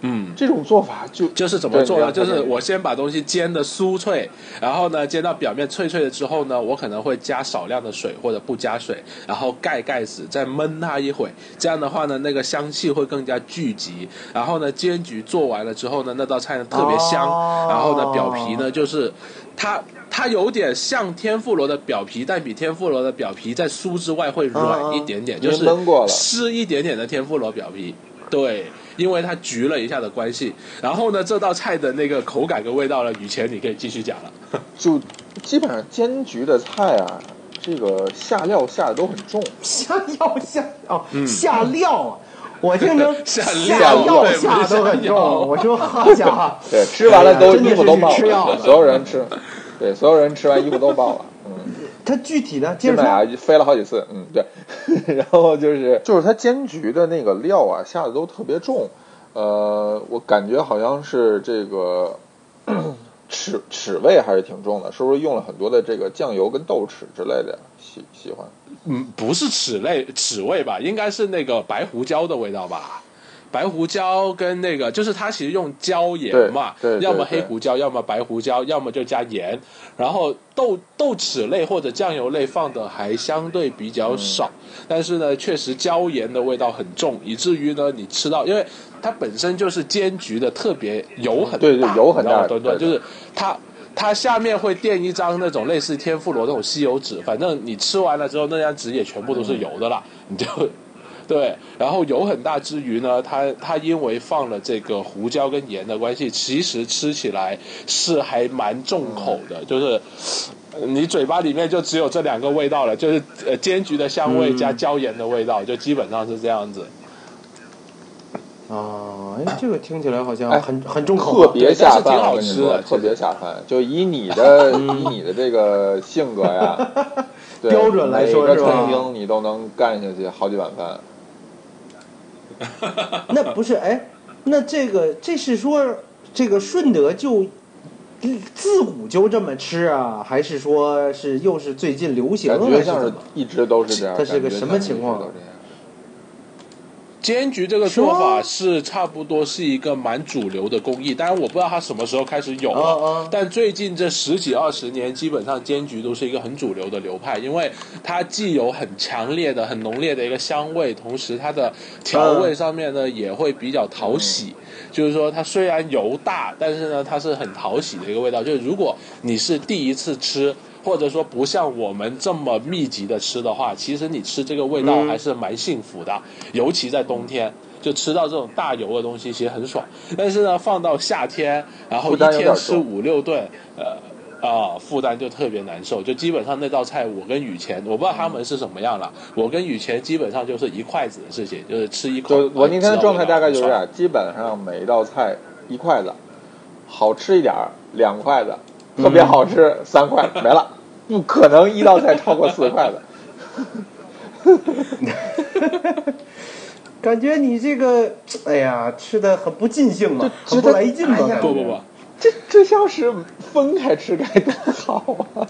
S3: 嗯，
S1: 这种做法就
S3: 就是怎么做呢？
S1: 对
S3: 就
S1: 你要看
S3: 是
S1: 这个
S3: 我先把东西煎的酥脆，然后呢，煎到表面脆脆了之后呢，我可能会加少量的水或者不加水，然后盖盖死，再焖它一会。这样的话呢，那个香气会更加聚集。然后呢，煎焗做完了之后呢，那道菜呢特别香。
S2: 哦
S3: 然后呢，表皮
S2: *laughs*
S3: 呢就是它它有点像天妇罗的表皮，但比天妇罗的表皮在酥之外会
S2: 嗯
S3: 软
S2: 嗯
S3: 一点点，
S1: 因
S3: 就
S1: 为
S3: 是
S1: 焖过了
S3: 湿一点点的天妇罗表皮，对，因为它焗了一下的关系。然后呢，这道菜的那个口感跟味道呢，雨前你可以继续讲了。
S1: 就基本上煎焗的菜啊，这个下料下的都很重，
S2: 下药下哦，下料啊！我听成
S3: 嗯 *laughs* 下料
S2: 料
S3: 对
S2: 下
S3: 不是
S2: 都很
S3: 下药
S2: 重，我说好家伙，
S1: *laughs* 对，吃完了
S2: 哎呀
S1: 都
S2: 真的
S1: 衣服
S2: 是
S1: 都爆
S2: 吃药
S1: 了，
S2: 了
S1: 所有人吃，对，所有人吃完衣服都爆了，嗯。
S2: 它具体呢？接
S1: 真
S2: 着
S1: 的
S2: 说，
S1: 啊，飞了好几次，嗯，对， *laughs* 然后就是就是它煎焗的那个料啊，下的都特别重，呃，我感觉好像是这个齿齿味还是挺重的，是不是用了很多的这个酱油跟豆豉之类的？喜喜欢
S3: 嗯，不是齿类齿味吧，应该是那个白胡椒的味道吧。白胡椒跟那个，就是它其实用椒盐嘛，
S1: 对对对
S3: 要么
S1: 对
S3: 黑胡椒，要么白胡椒，要么就加盐。然后豆豆豉类或者酱油类放的还相对比
S1: 嗯
S3: 较少，但是呢，确实椒盐的味道很重，以至于呢，你吃到，因为它本身就是煎焗的，特别油很大，
S1: 对对油很大
S3: 你知道吗墩
S1: 对
S3: 墩
S1: 对
S3: 就是它它下面会垫一张那种类似天妇罗那种吸油纸，反正你吃完了之后，那张纸也全部都是油的啦，你就。对，然后油很大之余呢，它它因为放了这个胡椒跟盐的关系，其实吃起来是还蛮重口的，就是呃你嘴巴里面就只有这两个味道了，就是呃煎焗的香味加椒盐的味道，就基本上是这样子。
S2: 啊，哎，这个听起来好像
S1: 哎
S2: 很很重口
S1: 特
S2: 啊，
S1: 别下饭，我
S3: 但
S1: 跟你
S3: 是挺
S1: 说，
S3: 好吃的
S1: 特别下饭。就以你 *laughs* 的以你的这个性格
S2: *laughs*
S1: 呀，对
S2: 标准来说
S1: 每个
S2: 是吧
S1: 餐厅你都能干下去好几碗饭。
S2: 那不是哎，那这个这是说这个顺德就自古就这么吃啊，还是说是又是最近流行
S1: 感
S2: 了，
S1: 觉
S2: 还
S1: 像
S2: 怎
S1: 是
S2: 么？
S1: 一直都是这样。
S2: 这是个
S1: 感觉
S2: 什么
S1: 像是
S2: 情况
S1: 一直都这样
S3: 煎焗这个做
S2: 是吗
S3: 法是差不多是一个蛮主流的工艺，当然我不知道它什么时候开始有了，
S2: 嗯嗯
S3: 但最近这十几二十年，基本上煎焗都是一个很主流的流派，因为它既有很强烈的、很浓烈的一个香味，同时它的调味上面呢、也会比较讨喜。就是说，它虽然油大，但是呢，它是很讨喜的一个味道。就是如果你是第一次吃，或者说不像我们这么密集的吃的话，其实你吃这个味道还是蛮幸福的，尤其在冬天。就吃到这种大油的东西，其实很爽。但是呢，放到夏天，然后
S1: 负
S3: 一
S1: 担有点
S3: 天吃
S1: 重
S3: 五六顿，呃啊，负担就特别难受。就基本上那道菜，我跟雨前，我不知道他们是什么样了。我跟雨前基本上就是一筷子的事情，就是吃一口。
S1: 就我那天的
S3: 哎
S1: 状态大概就是这。
S3: 知道味道很爽
S1: 样，基本上每一道菜一筷子，好吃一点儿两筷子，特
S3: 嗯
S1: 别好吃三筷没了，不可能一道菜超过四筷子。
S2: *laughs* 感觉你这个，哎呀，吃的很不尽兴嘛，
S1: 这
S2: 很不来劲嘛。啊
S1: 这
S2: 感觉
S3: 哎不不不，
S1: 这这要是分开吃该多好啊！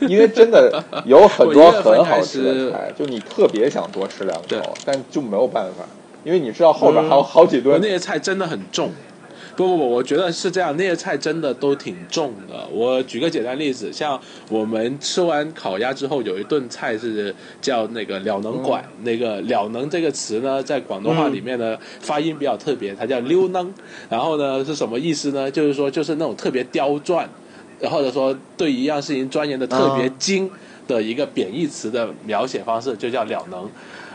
S1: 因为真的有很
S3: *laughs*
S1: 多很好吃的菜，就你特别想多吃两
S3: 对嗯
S1: 口，但就没有办法，因为你知道后边还有好几
S3: 我
S1: 顿
S3: 那些菜真的很重。不不不，我觉得是这样，那些菜真的都挺重的。我举个简单例子，像我们吃完烤鸭之后，有一顿菜是叫那个了能拐。那个了能这个词呢，在广东话里面呢，发音比较特别，它叫溜能。然后呢是什么意思呢？就是说就是那种特别刁钻，或者说对一样事情钻研的特别精的一个贬义词的描写方式，就叫了能。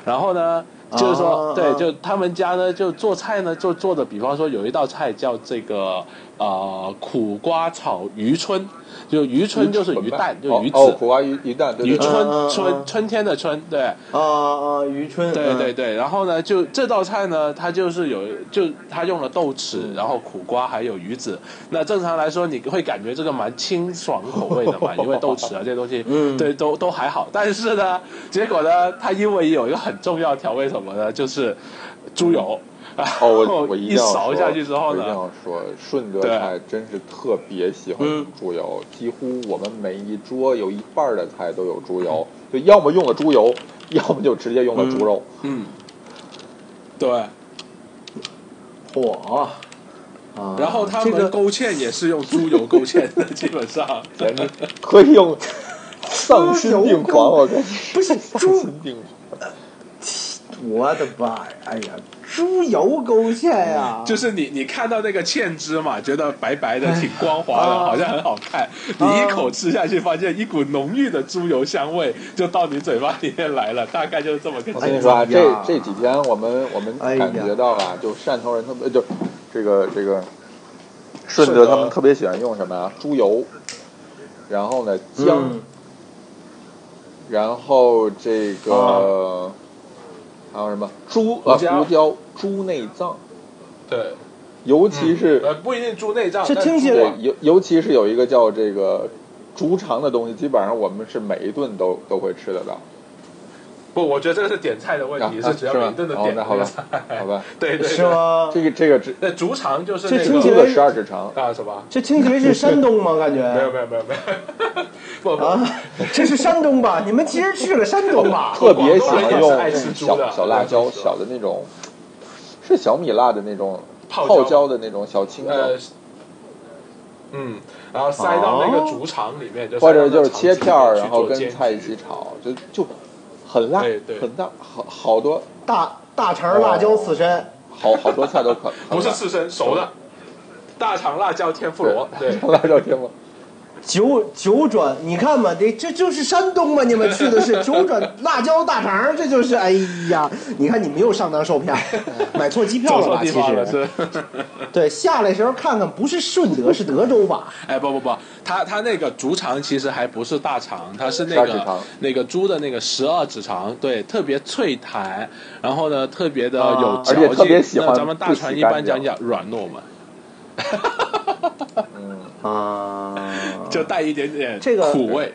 S3: 然后呢，就是说
S2: 啊
S3: 对
S2: 啊
S3: 就。就他们家呢，就做菜呢，就做的，比方说有一道菜叫这个呃苦瓜炒鱼春，就鱼春就是鱼蛋，就鱼子，
S1: 哦，哦苦瓜鱼鱼蛋，对
S3: 鱼
S1: 对对
S3: 春、
S2: 嗯嗯嗯
S3: 春春天的春，对，
S2: 啊啊，余春，
S3: *laughs* 对对
S2: 嗯，
S3: 对，然后呢，就这道菜呢，它就是有就它用了豆豉，
S1: 嗯
S3: 然后苦瓜还有鱼子。那正常来说，你会感觉这个蛮清爽口味的嘛，因为豆豉啊这些东西，
S2: 嗯
S3: 对，都都还好。但是呢，结果呢，它因为有一个很重要调味什么呢，就是猪油。 *laughs* 然
S1: 哦，
S3: 后
S1: 我我一
S3: 一
S1: 定要
S3: 勺
S1: 说
S3: 下去之后
S1: 我一定
S3: 呢，
S1: 要说，顺德
S3: 对
S1: 菜真是特别喜欢
S2: 嗯
S1: 猪油，几乎我们每一桌有一半儿的菜都有猪油，就要么用了猪油，
S3: 嗯
S1: 要么就直接用了猪肉。
S3: 嗯，对，
S2: 嚯！啊，
S3: 然后他
S2: 这
S3: 们
S2: 个
S3: 勾芡也是用猪油勾芡
S1: *laughs*
S3: 的，基本上。
S1: 简直可以用丧心病狂，我跟你
S2: 不是
S1: 说丧
S2: 猪
S1: 心病狂。
S2: 我的妈呀！哎呀，猪油勾芡啊呀、
S3: *laughs* 就是你，你看到那个芡汁嘛，觉得白白的，挺光滑的，
S2: 啊
S3: 好像很好看。
S2: 哦
S3: 你一口吃下去，发现一股浓郁的猪油香味就到你嘴巴里面来了，大概就是这么个
S1: 我
S3: 情
S1: 跟你
S3: 况。
S1: 说啊，
S2: 哎
S1: 这
S2: 呀
S1: 这几天我们我们
S2: 哎呀
S1: 感觉到啊，就汕头人特别就这个这个顺德他们特别喜欢用什么啊？猪油，然后呢姜，
S2: 嗯
S1: 然后这个、还有什么猪啊
S3: 啊胡椒
S1: 胡椒猪内脏，
S3: 对，嗯
S1: 尤其是、
S3: 呃，不一定猪内脏，
S2: 这
S3: 但
S2: 听起
S3: 猪
S1: 对
S3: 啊
S1: 尤尤其是有一个叫这个猪肠的东西，基本上我们是每一顿都都会吃得到。
S3: 不，我觉得这个是点菜的问题，
S1: 啊啊
S3: 只要每一顿的
S1: 是吗哦
S3: 点
S1: 那好吧
S3: 这个菜
S1: 好吧，
S3: *laughs* 对对
S2: 是
S3: 对。
S2: 吗？
S1: 这个这个只
S3: 那猪肠就是
S2: 这
S3: 那
S2: 听起
S1: 猪
S3: 个
S2: 来
S1: 的十二指肠。
S3: 啊什么？
S2: 这听起来是山东吗？感觉
S1: 呃
S3: 没有没有没有没有， *laughs* 不不
S2: 啊，这是山东吧？你们其实去了山东吧？
S1: *laughs* 特别喜欢
S3: 广东人也是爱吃
S1: 用
S3: 猪的
S1: 小小辣椒，
S3: 对是
S1: 小的那种，是小米辣的那种
S3: 泡
S1: 泡
S3: 椒
S1: 椒的那种小青椒，
S3: 呃，嗯，然后塞到那个竹肠里面，就
S1: 或者就是切片儿，
S3: 塞
S1: 然
S3: 到那个肠
S1: 后
S3: 子里面去做
S1: 跟
S3: 煎
S1: 菜一起炒，就就很辣
S3: 对，对
S1: 很大，好好多
S2: 大大肠辣椒刺身，
S1: 好好多菜都
S3: *laughs*
S1: 可
S3: 不是
S1: 很
S3: 刺身，熟的，大肠辣椒天妇罗，
S1: 辣 *laughs*
S3: 对，
S1: 小辣椒天吗？
S2: 九九转，你看吧，这这就是山东吧？你们去的
S3: *laughs*
S2: 是九转辣椒大肠，这就是哎呀，你看你们又上当受
S3: *laughs*
S2: 骗，买错机票
S3: 走
S2: 了
S3: 错
S2: 吧？
S3: 地
S2: 其
S3: 方了
S2: 实
S3: 是。
S2: 对，下来时候看看，不是顺德是德州
S3: *laughs*
S2: 吧？
S3: 哎，不不不，它它那个竹肠其实还不是大肠，它是那
S1: 十二指
S3: 个
S1: 肠
S3: 那个猪的那个十二指肠，对，特别脆弹，然后呢特别的
S2: 啊
S3: 有嚼
S1: 而且
S3: 劲
S1: 特别喜欢
S3: 那咱们大
S1: 不洗
S3: 船一
S1: 干
S3: 般讲
S1: 净
S3: 讲软糯嘛，
S1: 嗯，
S2: 啊，
S3: 就带一点点
S2: 这个
S3: 苦味。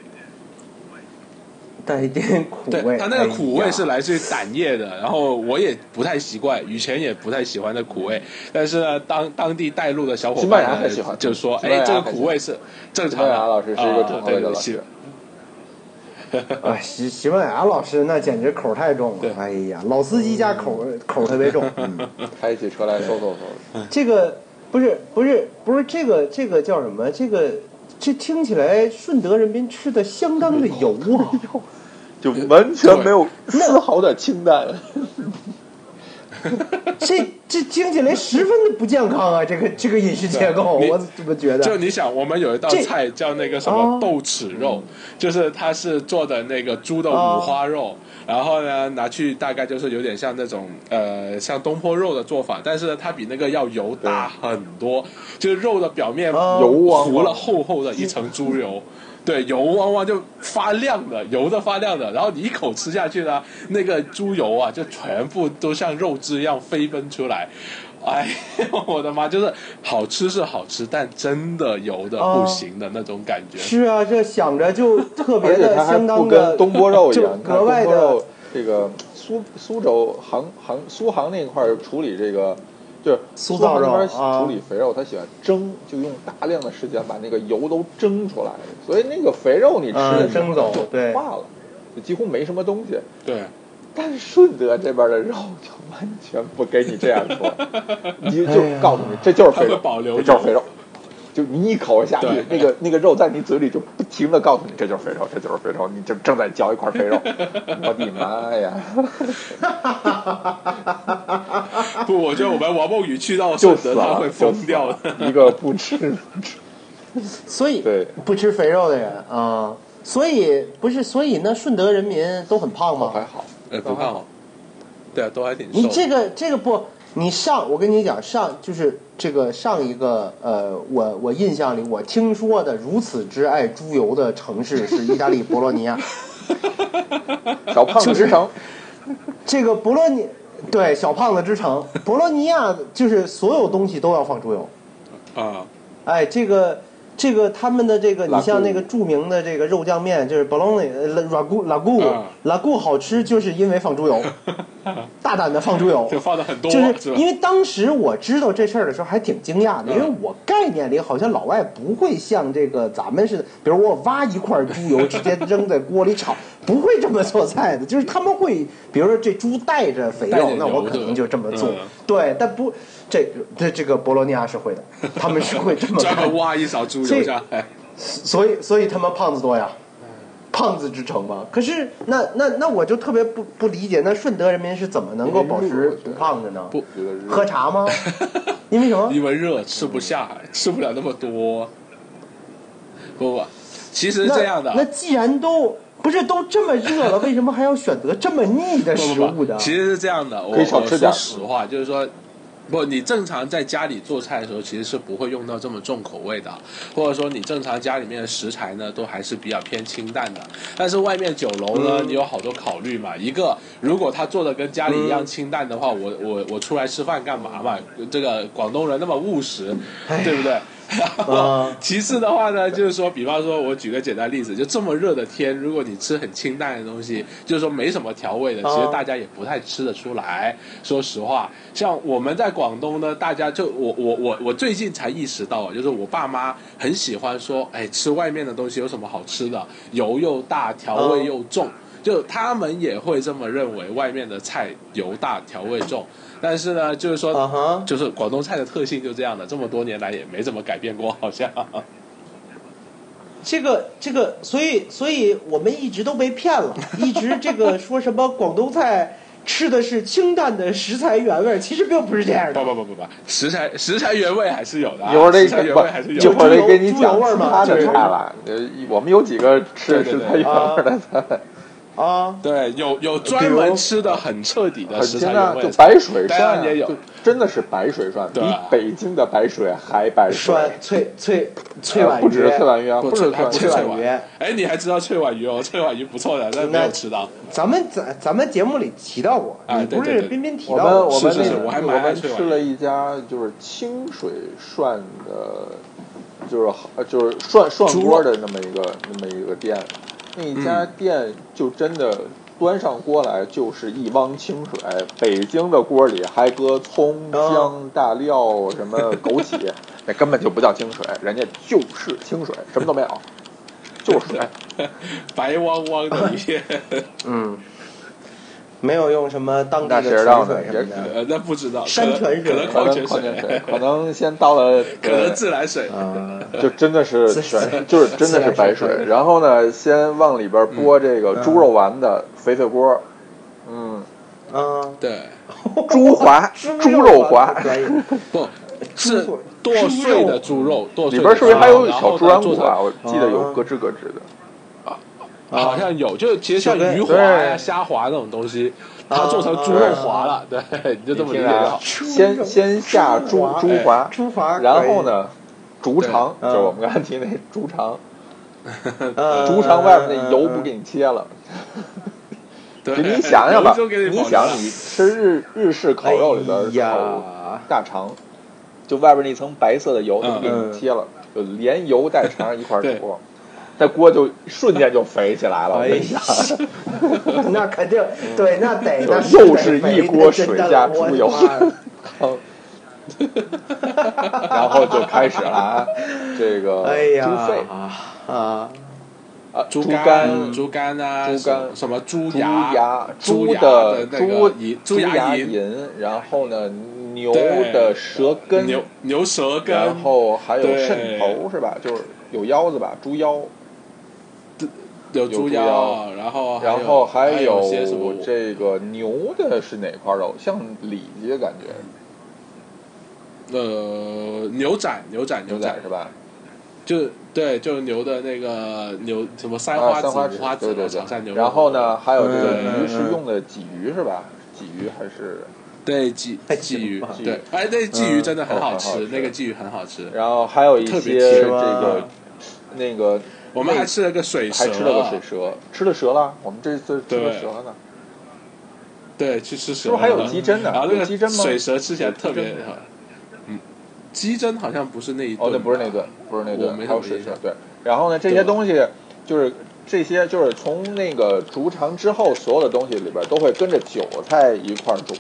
S2: 带一点苦
S3: 对，
S2: 味，
S3: 它那个苦味是
S2: 哎呀
S3: 来自于胆液的，然后我也不太习惯，以前也不太喜欢的苦味，但是呢，当当地带路的小伙
S1: 西班
S3: 伴
S1: 牙
S3: 呢
S1: 很喜欢
S3: 就说，
S1: 西班
S3: 哎
S1: 牙，
S3: 这个
S1: 很喜欢
S3: 苦味是正
S1: 西
S3: 常的。
S1: 班牙老师是一个
S3: 啊
S1: 正常
S3: 对
S1: 的
S3: 对
S1: 老
S3: 西
S1: 师
S2: 啊，徐徐文雅老师那简直口太重
S3: 对
S2: 了，哎呀，老司机家口口特别
S3: *laughs*
S2: 重。嗯
S1: 开起车来嗖嗖嗖，
S2: 这个不是不是不是这个这个叫什么？这个这听起来顺德人民吃的相当的油啊！
S1: *laughs* 就完全没有丝毫的清淡。
S2: 这这听起来十分的不健康啊！这个这个饮食结构，
S3: 对你
S2: 我怎么觉
S3: 就
S2: 得？
S3: 你想，我们有一道
S2: 这
S3: 菜叫那个什么
S2: 哦
S3: 豆豉肉，就是它是做的那个猪的五
S2: 哦
S3: 花肉，然后呢拿去大概就是有点像那种呃像东坡肉的做法，但是呢它比那个要油大很多，就是肉的表面
S2: 哦
S1: 油啊汪
S3: 糊
S1: 汪
S3: 了厚厚的一层猪油。对，油汪汪就发亮的，油的发亮的，然后你一口吃下去呢，那个猪油啊，就全部都像肉汁一样飞奔出来，哎，我的妈！就是好吃是好吃，但真的油的
S2: 哦
S3: 不行的那种感觉。
S2: 是啊，这想着就特别
S1: *laughs* 而且
S2: 的
S1: 它还
S2: 相
S1: 不
S2: 当
S1: 跟
S2: 的
S1: 东坡肉一
S2: 就
S1: 样，你看
S2: 格
S1: 东
S2: 外
S1: 坡
S2: 的
S1: 肉这个苏苏州杭杭苏杭那块儿处理这个，就是
S2: 苏
S1: 杭
S2: 造
S1: 那
S2: 肉
S1: 边
S2: 啊
S1: 处理肥肉，他喜欢蒸，就用大量的时间把那个油都蒸出来，所以那个肥肉你吃
S2: 嗯
S1: 的时候
S2: 蒸走
S1: 就
S2: 对
S1: 化了，就几乎没什么东西。
S3: 对，
S1: 但是顺德这边的肉就完全不给你这样
S3: *laughs*
S1: 做，你就
S2: 哎呀
S1: 告诉你这就是肥
S3: 它
S1: 肉
S3: 会，保留
S1: 这就是
S3: 油
S1: 肥肉。就你一口下去
S3: 对，
S1: 那个那个肉在你嘴里就不停的告诉你，这就是肥肉，这就是肥肉，你就正在嚼一块肥
S3: *laughs*
S1: 肉。我的妈呀！
S3: 不，我觉得我们王梦雨去到
S1: 就
S3: 顺
S1: 死
S3: 德，他
S1: 了，
S3: 会
S1: 就
S3: 疯
S1: 死
S3: 掉
S1: 了
S3: 的。
S1: 一个不吃，
S2: 所以
S1: 对
S2: 不吃肥肉的人啊、所以不是，所以那顺德人民都很胖吗？
S1: 还好，
S3: 呃，不胖哦，对啊，都还挺
S2: 你
S3: 瘦。
S2: 这个这个不，你上我跟你讲上就是这个上一个呃，我我印象里我听说的如此之爱猪油的城市是意大利博洛尼
S3: *laughs*
S2: 亚，
S1: 小胖子之城，
S2: 这个博洛尼对小胖子之城，博洛尼亚就是所有东西都要放猪油，
S3: 啊，
S2: 哎，这个。这个他们的这个，
S1: 拉
S2: 你
S1: 固
S2: 像那个著名的这个肉酱面，就是 bologna 呃拉固拉固
S3: 啊
S2: 拉固好吃，就是因为放猪
S3: *laughs*
S2: 油，大胆的放猪油，
S3: 就放的很多，
S2: 就是
S3: 吧嗯
S2: 因？为当时我知道这事儿的时候还挺惊讶的，因为我概念里好像老外不会像这个咱们似的，比如我挖一块猪油直接扔在锅里炒，不会这么做菜
S3: *laughs*
S2: 的，就是他们会，比如说这猪带着肥
S3: 带着
S2: 肉
S3: 油，
S2: 那我可能就这么做
S3: 对吧嗯。
S2: 对，但不，这这这个博罗尼亚是会的，他们是会这么
S3: *laughs* 专
S2: 干
S3: 门，挖一勺猪油下来，
S2: *laughs* 所以所以他们胖子多呀。胖子之城嘛，可是那那那我就特别不不理解，那顺德人民是怎么能够保
S1: 没路
S2: 持
S1: 我觉
S2: 不
S1: 得
S2: 胖的呢？
S3: 不
S1: 觉得是 *laughs*
S2: 喝茶
S3: *laughs*
S2: 吗？因为什么？
S3: 因为热吃不下，吃不了那么多。不不，其实是
S2: 那
S3: 这样的，啊
S2: 那既然都不是都这么热了，为什么还要选择这么腻的
S3: 不
S2: 食
S3: 不
S2: 物
S3: 不，
S2: 呢？
S3: 其实是这样的，我
S1: 可以少
S3: 我
S1: 吃
S3: 说
S1: 点儿
S3: 实话，就是说。不，你正常在家里做菜的时候，其实是不会用到这么重口味的，或者说你正常家里面的食材呢，都还是比较偏清淡的。但是外面酒楼呢，
S1: 嗯
S3: 你有好多考虑嘛。一个，如果他做的跟家里一
S1: 嗯
S3: 样清淡的话，我我我出来吃饭干嘛嘛？这个广东人那么务实，对不对？然后
S2: 啊
S3: *laughs* 其次的话呢，就是说，比方说，我举个简单例子，就这么热的天，如果你吃很清淡的东西，就是说没什么调味的，其
S2: 啊
S3: 实大家也不太吃得出来。说实话，像我们在广东呢，大家就我我我我最近才意识到，就是我爸妈很喜欢说，哎，吃外面的东西有什么好吃的？油又大，调味又重，就他们也会这么认为，外面的菜油大，调味重。但是呢，就是说
S2: 啊哈，
S3: 就是广东菜的特性就这样的，这么多年来也没怎么改变过，好像。
S2: 这个这个，所以所以我们一直都被骗
S3: *laughs*
S2: 了，一直这个说什么广东菜吃的是清淡的食材原味儿，其实并不是这样的
S3: 不。不不不不，食材食材原味还是有的、啊，
S1: 一会儿得
S3: 食材原味还是
S1: 不，
S3: 有
S1: 一
S3: 的。
S1: 会儿得给你
S2: 猪油
S1: 讲
S2: 味儿
S1: 其
S2: 嘛
S1: 他
S2: 就
S1: 的
S2: 是
S1: 菜了。呃我们有几个吃
S3: 对对
S1: 吃
S3: 对
S1: 菜原味儿的菜，
S3: 哦
S2: 啊，
S3: 对，有有专门吃的很彻底的
S1: 很
S3: 食材
S1: 清
S3: 原
S1: 淡，
S3: 味
S1: 就
S3: 的菜，
S1: 白水
S3: 当
S1: 涮
S3: 然
S1: 啊
S3: 也有
S1: 就真的是白水涮，比
S3: 对啊
S1: 北京的白水还白水，
S2: 涮脆脆脆
S1: 呃
S2: 碗
S1: 不止
S2: 鱼，
S1: 翠碗鱼啊，
S3: 不
S1: 不止翠碗
S3: 脆不
S1: 鱼
S3: 脆
S2: 脆
S3: 碗
S2: 碗
S3: 鱼
S2: 鱼。
S3: 哎，你还知道脆碗鱼哦？脆碗鱼不错的，但没有吃到。
S2: 咱们咱咱们节目里提到过，
S3: 哎
S2: 你
S3: 对
S2: 不
S3: 对
S2: 是
S3: 对
S2: 彬彬提
S1: 我
S2: 到
S1: 们
S2: 过
S1: 我们
S3: 是
S1: 那
S3: 是是
S1: 个
S3: 我还蛮
S1: 我
S3: 爱
S1: 们
S3: 吃
S1: 吃了一家就是清水涮的，就是好呃就是涮涮
S3: 猪
S1: 锅
S3: 肉
S1: 的
S3: 嗯
S1: 那么一个那么一个店，那一家店就真的端上锅来就是一汪清水，北京的锅里还搁葱
S2: 啊
S1: 姜大料什么枸
S3: *laughs*
S1: 杞，那根本就不叫清水，人家就是清水，什么都没有，就是
S3: *laughs*
S1: 水。
S3: 白汪汪的一片，
S2: 嗯，没有用什么当地
S1: 那
S2: 的
S1: 谁
S2: 泉
S1: 知道呢
S2: 水什么
S1: 也
S2: 的。
S3: 呃，那不知道，可
S2: 山
S3: 能
S2: 泉水
S3: 可能
S1: 可
S3: 矿
S1: 能
S3: 泉
S1: 矿泉
S3: 水
S1: 水，，可能先倒了，
S3: 可能自来水。
S2: 啊，
S1: 就真的是全， *laughs* 就是真的是白
S2: 自来
S1: 水。
S2: 水
S1: 然后呢，先往里边拨这个猪肉丸的肥肥锅，嗯，
S2: 嗯，
S3: 对，
S1: 猪滑 *laughs* 猪肉滑，
S2: 可以，
S3: 不是
S2: 猪
S3: 剁碎的
S2: 猪
S3: 猪肉，剁碎
S1: 里
S3: 的
S1: 边是不是还有
S3: 然
S1: 小
S3: 后
S1: 猪
S3: 呢
S1: 软
S3: 做
S1: 骨
S3: 成
S1: 啊？我记得有
S2: 啊
S1: 咯吱咯吱的。
S2: 啊
S3: 好像有，就是其实像
S2: 就跟
S3: 鱼滑呀、
S1: 对啊
S3: 虾滑那种东西，它
S2: 啊
S3: 做成猪肉滑了，对， *laughs* 你就这么理
S1: 听
S3: 解就
S1: 啊
S3: 好，。
S1: 先先下猪
S2: 猪
S1: 猪
S2: 滑
S1: 滑，
S2: 啊猪滑可以
S1: 然后呢，猪肠
S2: 哎对
S1: 就
S2: 嗯
S1: 是我们刚才提那猪肠，
S2: 呃
S1: 猪肠外面那油不给你切了。
S3: 对，
S1: 就你想想吧，
S3: 就给你
S1: 你
S3: 保留
S1: 想
S3: 了
S1: 你吃日日式烤肉里边
S2: 哎呀
S1: 烤大肠，就外边那层白色的油就给你贴了，就连油带肠一块儿
S3: 嗯对哎
S1: 煮，那锅就瞬间就肥起来了。我跟你讲，
S2: 哎那肯定对，那得那
S1: 又
S2: 是
S1: 是
S2: 得
S1: 一锅水加猪油
S2: 我的妈呀
S1: 然后就开始了啊这个
S2: 哎
S1: 猪
S2: 呀
S1: 肺
S2: 啊，
S1: 啊，
S3: 猪
S1: 肝、
S3: 猪肝啊，
S1: 猪肝
S3: 什么猪
S1: 猪
S3: 牙
S1: 牙、、
S3: 猪
S1: 猪
S3: 的那
S1: 猪
S3: 个银
S1: 猪
S3: 牙
S1: 牙
S3: 龈、
S1: 龈，然后呢牛
S3: 对
S1: 的舌根，
S3: 牛牛舌根，
S1: 然后还有
S3: 对
S1: 肾头是吧？就是有腰子吧，猪腰，
S3: 有
S1: 猪
S3: 腰，
S1: 腰
S3: 然后哦还有
S1: 然后还
S3: 还有些什么
S1: 这个牛的是哪块肉？像里脊感觉，
S3: 呃牛展牛展
S1: 牛
S3: 展
S1: 仔是吧？
S3: 就对，就是牛的那个牛什么三
S1: 啊，
S3: 花
S1: 三花
S3: 子、五花
S1: 对
S3: 子、
S1: 对
S3: 长山牛
S1: 对。
S3: 肉，
S1: 然后呢，还有这个
S3: 嗯
S1: 鱼是用的鲫鱼是吧？鲫鱼还是？
S3: 对鲫
S2: 哎
S3: 鲫鱼
S2: 什么，
S3: 对，哎，那鲫鱼真的很好
S1: 嗯
S3: 吃
S1: 很好，吃
S3: 那个鲫鱼很好吃。
S1: 然后还有一
S3: 特
S1: 些
S3: 别吃
S1: 这
S2: 吗
S1: 个那个，
S3: 我们还吃了个水蛇，啊
S1: 还吃了个水蛇，吃了蛇了。我们这次吃了
S3: 对
S1: 蛇呢，
S3: 对，去吃蛇，
S1: 是不是还有鸡胗呢
S3: 然后？那
S1: 有
S3: 个
S1: 鸡胗吗？
S3: 啊水蛇吃起来特别
S1: 有鸡胗
S3: 好，嗯，鸡胗好像不是那一顿
S1: 哦，
S3: 吧，
S1: 那不是那顿，不是那
S3: 我
S1: 顿，
S3: 没
S1: 还有
S3: 怎么
S1: 水
S3: 印
S1: 蛇
S3: 象。
S1: 对，然后呢，这
S3: 对
S1: 些东西就是这些就是从那个煮肠之后，所有的东西里边都会跟着韭菜一块儿煮。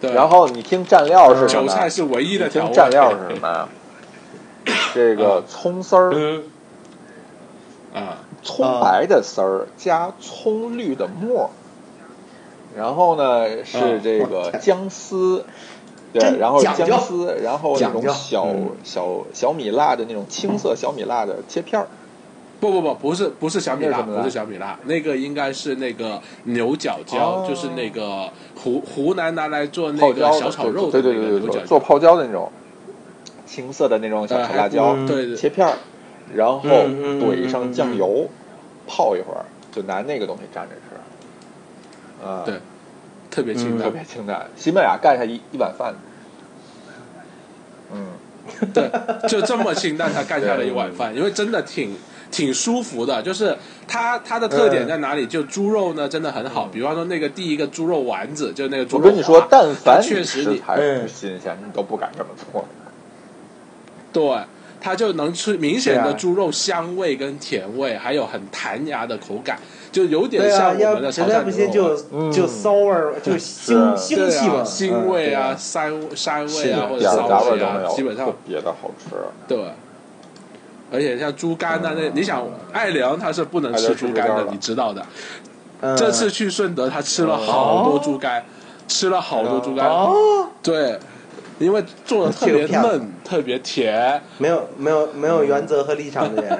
S3: 对，
S1: 然后你听蘸料是什
S3: 韭
S1: 么？
S3: 菜是唯一
S1: 你
S3: 的
S1: 听
S3: 调
S1: 蘸
S3: 味。
S1: 料
S3: *laughs* 嗯
S1: 是什么？这个葱丝儿、
S3: 嗯，啊，
S1: 葱白的丝儿加葱绿的末儿，然后呢是这个姜丝，对，
S2: 真
S1: 然后是
S2: 讲究
S1: 姜丝，然后那
S2: 讲
S1: 种
S2: 究
S1: 小
S2: 嗯
S1: 小小米辣的那种青色小米辣的切片儿，
S3: 不不不，不是不是小米
S1: 那
S3: 辣，
S1: 是什么辣
S3: 不是小米辣，那个应该是那个牛角椒，
S1: 哦
S3: 就是那个湖湖南拿来做那
S1: 泡椒的
S3: 个小炒肉的
S1: 对
S3: 那
S1: 对对
S3: 个
S1: 对
S3: 牛
S1: 对
S3: 角
S1: 对，
S3: 椒。
S1: 做泡椒的那种，青色的那种小
S3: 呃
S1: 炒
S3: 还
S1: 辣椒
S2: 嗯
S3: 对对
S1: 切片儿，然后
S2: 嗯嗯嗯
S1: 怼
S2: 嗯
S1: 上
S2: 嗯
S1: 酱油，泡一会儿，就拿那个东西蘸着吃，啊，
S3: 对特别
S2: 嗯
S3: 清
S1: 特
S3: 淡。
S1: 别清淡。西班牙盖上一一碗饭，嗯，
S3: 对，就这么清淡，他干下了一碗饭，因为真的挺挺舒服的。就是它它的特点在哪里？就猪肉呢，真的很好。比方说那个第一个猪肉丸子，就那个猪
S1: 我
S3: 肉
S1: 跟你说
S3: 滑，
S1: 但凡
S3: 确
S1: 你
S3: 实
S1: 食
S3: 你
S1: 材
S2: 嗯
S1: 不新鲜，你都不敢这么做。
S3: 对，它就能吃明显
S2: 对
S3: 的
S2: 啊
S3: 猪肉香味跟甜味，还有很弹牙的口感，就有点
S2: 对啊，
S3: 像我
S2: 要
S3: 们的
S2: 实
S3: 潮
S2: 在
S3: 汕
S2: 不
S3: 牛
S2: 行
S3: 肉
S2: 就
S3: 丸。
S1: 嗯
S2: 就骚味儿，就腥
S1: 是
S2: 腥
S3: 对
S2: 气味
S3: 啊，
S2: 儿，
S3: 腥味啊，
S1: 嗯
S3: 膻膻味
S2: 是
S3: 啊
S2: 的，
S3: 或者
S1: 点儿
S3: 骚
S1: 杂味儿
S3: 味
S1: 都
S3: 啊
S1: 没，有，
S3: 基本上
S1: 特别的好吃。
S3: 对，而且像猪肝呐、那、你想，艾良他是不能
S1: 艾良
S3: 吃
S1: 吃
S3: 猪
S1: 猪
S3: 肝
S1: 肝
S3: 的，
S1: 了
S3: 你知道的。
S2: 嗯
S3: 这次去顺德，他吃了好多猪肝，吃了好多猪肝，
S2: 哦，
S3: 对，因为做的特别
S2: 这个漂亮
S3: 嫩，特别甜，
S2: 没有没有没有原则和立场的人，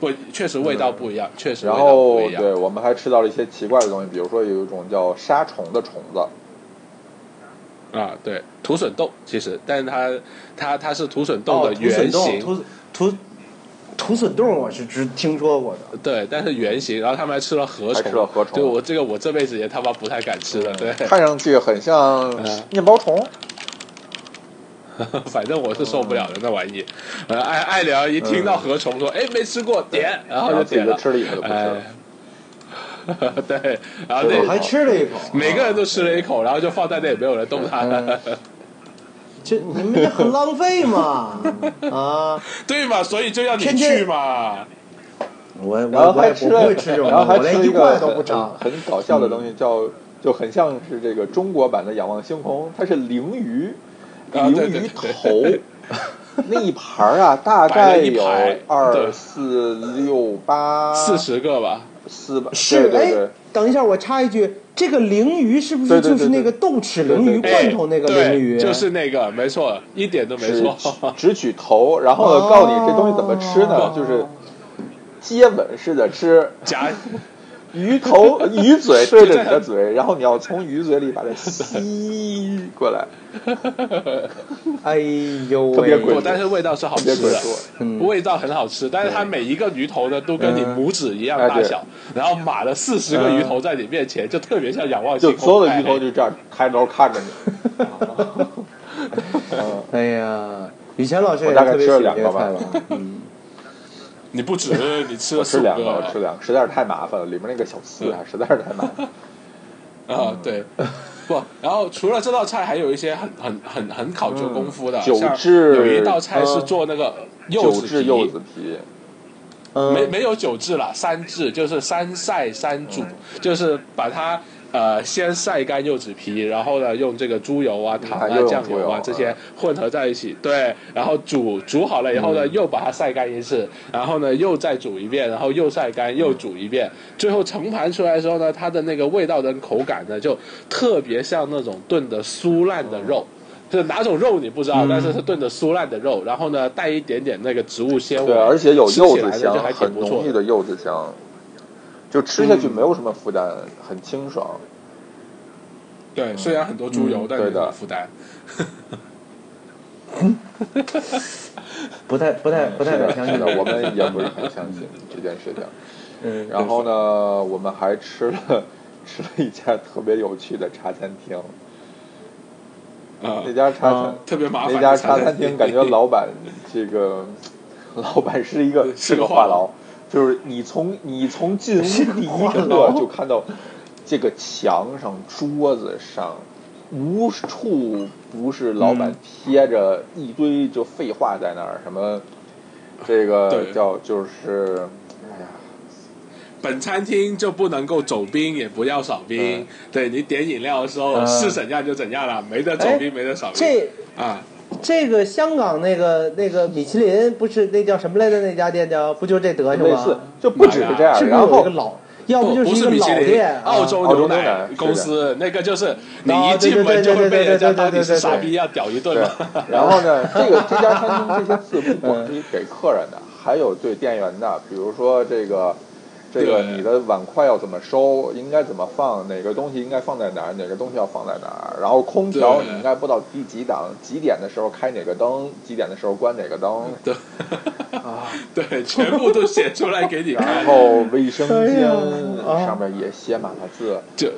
S3: 不，确实味道不一样，确实味
S1: 然
S3: 道不
S1: 后
S3: 一样。
S1: 对我们还吃到了一些奇怪的东西，比如说有一种叫沙虫的虫子，
S3: 啊，对，土笋豆其实，但是它它它是土笋豆
S2: 哦，
S3: 的
S2: 土笋
S3: 原
S2: 冻，
S3: 型，
S2: 土土土笋冻，我是只听说过的。
S3: 对，但是原型，然后他们还吃了河
S1: 还
S3: 虫，
S1: 吃了河虫啊嗯
S3: 对我这个我这辈子也他妈不太敢吃了，对， *laughs*
S1: 看上去很像
S3: 嗯
S1: 面包虫。
S3: 反正我是受不了的那玩意。呃，爱爱聊一听到河虫说，哎，没吃过，点，然后
S1: 然
S3: 就
S1: 后自己
S3: 点
S1: 就
S3: 了，
S1: 吃了一口就不吃了
S3: 啊哎。 *laughs* 对，然后
S1: 对
S2: 我
S3: 那
S2: 还吃了一口，啊
S3: 每个人都吃了一口，然后就放在那，也没有人动它，
S2: 嗯这你们这很浪
S1: *laughs*
S2: 费嘛！啊，
S3: *laughs* 对嘛？所以就要你
S2: 天天
S3: 去嘛。
S2: 我
S1: 然后
S2: 我我也
S1: 还
S2: 我
S1: 吃
S2: 不
S1: 了，
S2: 会吃这种
S1: 然后
S2: 东西，
S1: 还吃
S2: 我连
S1: 了
S2: 一
S1: 一
S2: 块
S1: 个
S2: 都不
S1: 很
S2: 尝。
S3: 嗯
S1: 很搞笑的东西，叫就很像是这个中国版的《仰望星空》，它是鲮鱼，
S3: 啊对
S1: 鲮
S3: 对
S1: 鱼
S3: 对
S1: 头。那一盘儿啊，大
S3: 摆
S1: 概
S3: 了一
S1: 有
S3: 排对
S1: 二四六八
S3: 四十个吧，
S1: 四吧，
S2: 是
S1: 对对
S2: 哎
S1: 对，，
S2: 等一下，我插一句，这个鲮鱼是不是
S1: 对对
S2: 就
S1: 对
S2: 是那个豆豉鲮鱼
S1: 对
S2: 罐头那个鲮鱼？
S3: 哎
S2: 啊
S3: 对就是那个，没错，一点都没
S1: 只
S3: 错。
S1: 只取头，然后告诉你这东西怎么吃呢
S2: 哦，
S1: 就是接吻似的吃，
S3: 夹
S1: 鱼头鱼嘴对着你的嘴，然后你要从鱼嘴里把它吸过来，
S2: 哎呦喂，
S1: 特别贵
S3: 不，但是味道是好
S1: 特别
S3: 吃
S1: 鬼
S3: 的
S1: 畜。，
S2: 嗯
S3: 味道很好吃。但是它每一个鱼头呢，都跟你拇指一样
S1: 嗯
S3: 大小，然后码了四十个
S2: 嗯
S3: 鱼头在你面前，就特别像仰望星
S1: 就
S3: 空。
S1: 所有的鱼头
S3: 哎
S1: 就这样抬头看着你。
S3: 哦
S1: *laughs* 嗯，
S2: 哎呀，雨前老师也
S1: 我大概
S2: 特别
S1: 吃了
S2: 喜欢
S1: 两个
S2: 这菜
S1: 吧
S2: 了，嗯，
S3: 哎你不止，你吃了
S1: 我
S3: 四
S1: 吃
S3: 五
S1: 两
S3: 个
S1: 个，我吃两个，实在是太麻烦了，里面那个小刺啊，实在是太麻
S3: *laughs*
S1: 烦。
S3: 啊，对。不，然后除了这道菜，还有一些很很很很考究功夫的，
S1: 嗯
S3: 像
S1: 九制
S3: 有一道菜是
S1: 嗯
S3: 做那个柚
S1: 九
S3: 子
S1: 制
S3: 皮，
S1: 柚子皮， *laughs*
S2: 嗯
S3: 没没有九制啦，三制就是三晒三煮，就是把它呃先晒干柚子皮，然后呢用这个猪油啊、糖啊
S1: 还、用
S3: 酱
S1: 猪
S3: 油
S1: 油
S3: 啊
S1: 啊
S3: 这些混合在一起，对，然后煮煮好了以后呢，又把它晒干一次，然后呢又再煮一遍，然后又晒干又煮一遍，最后盛盘出来的时候呢，它的那个味道跟口感呢就特别像那种炖的酥烂的肉。是哪种肉你不知道，
S1: 嗯
S3: 但是是炖的酥烂的肉，然后呢带一点点那个植物纤维，
S1: 对，而且有
S3: 吃
S1: 柚
S3: 起来
S1: 子
S3: 呢
S1: 香
S3: 就还，挺
S1: 很
S3: 不错
S1: 浓郁的柚子香，就吃下去没有什么负担，很清爽。
S3: 对，虽然很多猪油，但
S1: 嗯
S3: 是
S1: 对的
S3: 很负担。
S2: 不太不太不太
S1: 是
S2: 敢
S1: 的
S2: 相
S1: 是 *laughs*
S2: 信
S1: 的，我们也不是很相信这件事情。
S2: 嗯
S1: 然后呢，我们还吃了吃了一家特别有趣的茶餐厅，
S3: 啊
S1: 那，家茶餐
S3: 特别麻烦。
S1: 那家茶餐厅感觉老板这个老板是一个
S3: 是个
S1: 个话
S3: 话痨
S1: 痨，就是你从你从进屋第一
S2: 话
S1: 刻
S2: 痨
S1: *laughs* 就看到这个墙上、桌子上无处不是老板
S2: 嗯
S1: 贴着一堆就废话在那儿，什么这个
S3: 对
S1: 叫就是哎呀。
S3: *laughs* 本餐厅就不能够走冰，也不要少冰
S1: 嗯。
S3: 对你点饮料的时候
S2: 嗯
S1: 哎
S3: 是怎样就怎样了，没得走冰，没得少冰。
S2: 这
S3: 啊，
S2: 这个香港那个那个米其林不是那叫什么来着？那家店叫不就这德行吗？
S1: 类似，就不只是这样。
S2: 是不是
S1: 然
S2: 有一
S1: 后
S2: 个老，要
S3: 不
S2: 就
S3: 不
S2: 一
S3: 是
S2: 个
S3: 米
S2: 老
S3: 其林
S2: 店，，啊
S3: 澳洲
S1: 啊 *laughs* 澳洲牛
S3: 牛
S1: 奶
S3: 奶公
S1: 是啊
S3: 司那个就是你
S2: 哦对
S3: 一进
S2: 对
S3: 门
S2: 对
S3: 就
S2: 对
S3: 会被
S2: 对
S3: 人家
S2: 对对
S3: 当你
S2: 对
S3: 是
S2: 对
S3: 傻
S2: 对
S3: 逼要屌一顿
S1: 对
S3: 嘛。，
S1: 然后呢，这个这家餐厅这些字不光你给客人的，还有对店员的，比如说这个。这个
S3: 对
S1: 你的碗筷要怎么收，应该怎么放，哪个东西应该放在哪儿，哪个东西要放在哪儿，然后空调
S3: 对
S1: 你应该播到第几档，几点的时候开哪个灯，几点的时候关哪个灯，
S3: 对，
S1: *laughs*
S3: 对，全部都写出来给你
S1: 然
S3: 看，
S1: 后卫生
S2: 哎
S1: 间
S2: 呀啊
S1: 上面也写满了字，
S3: 就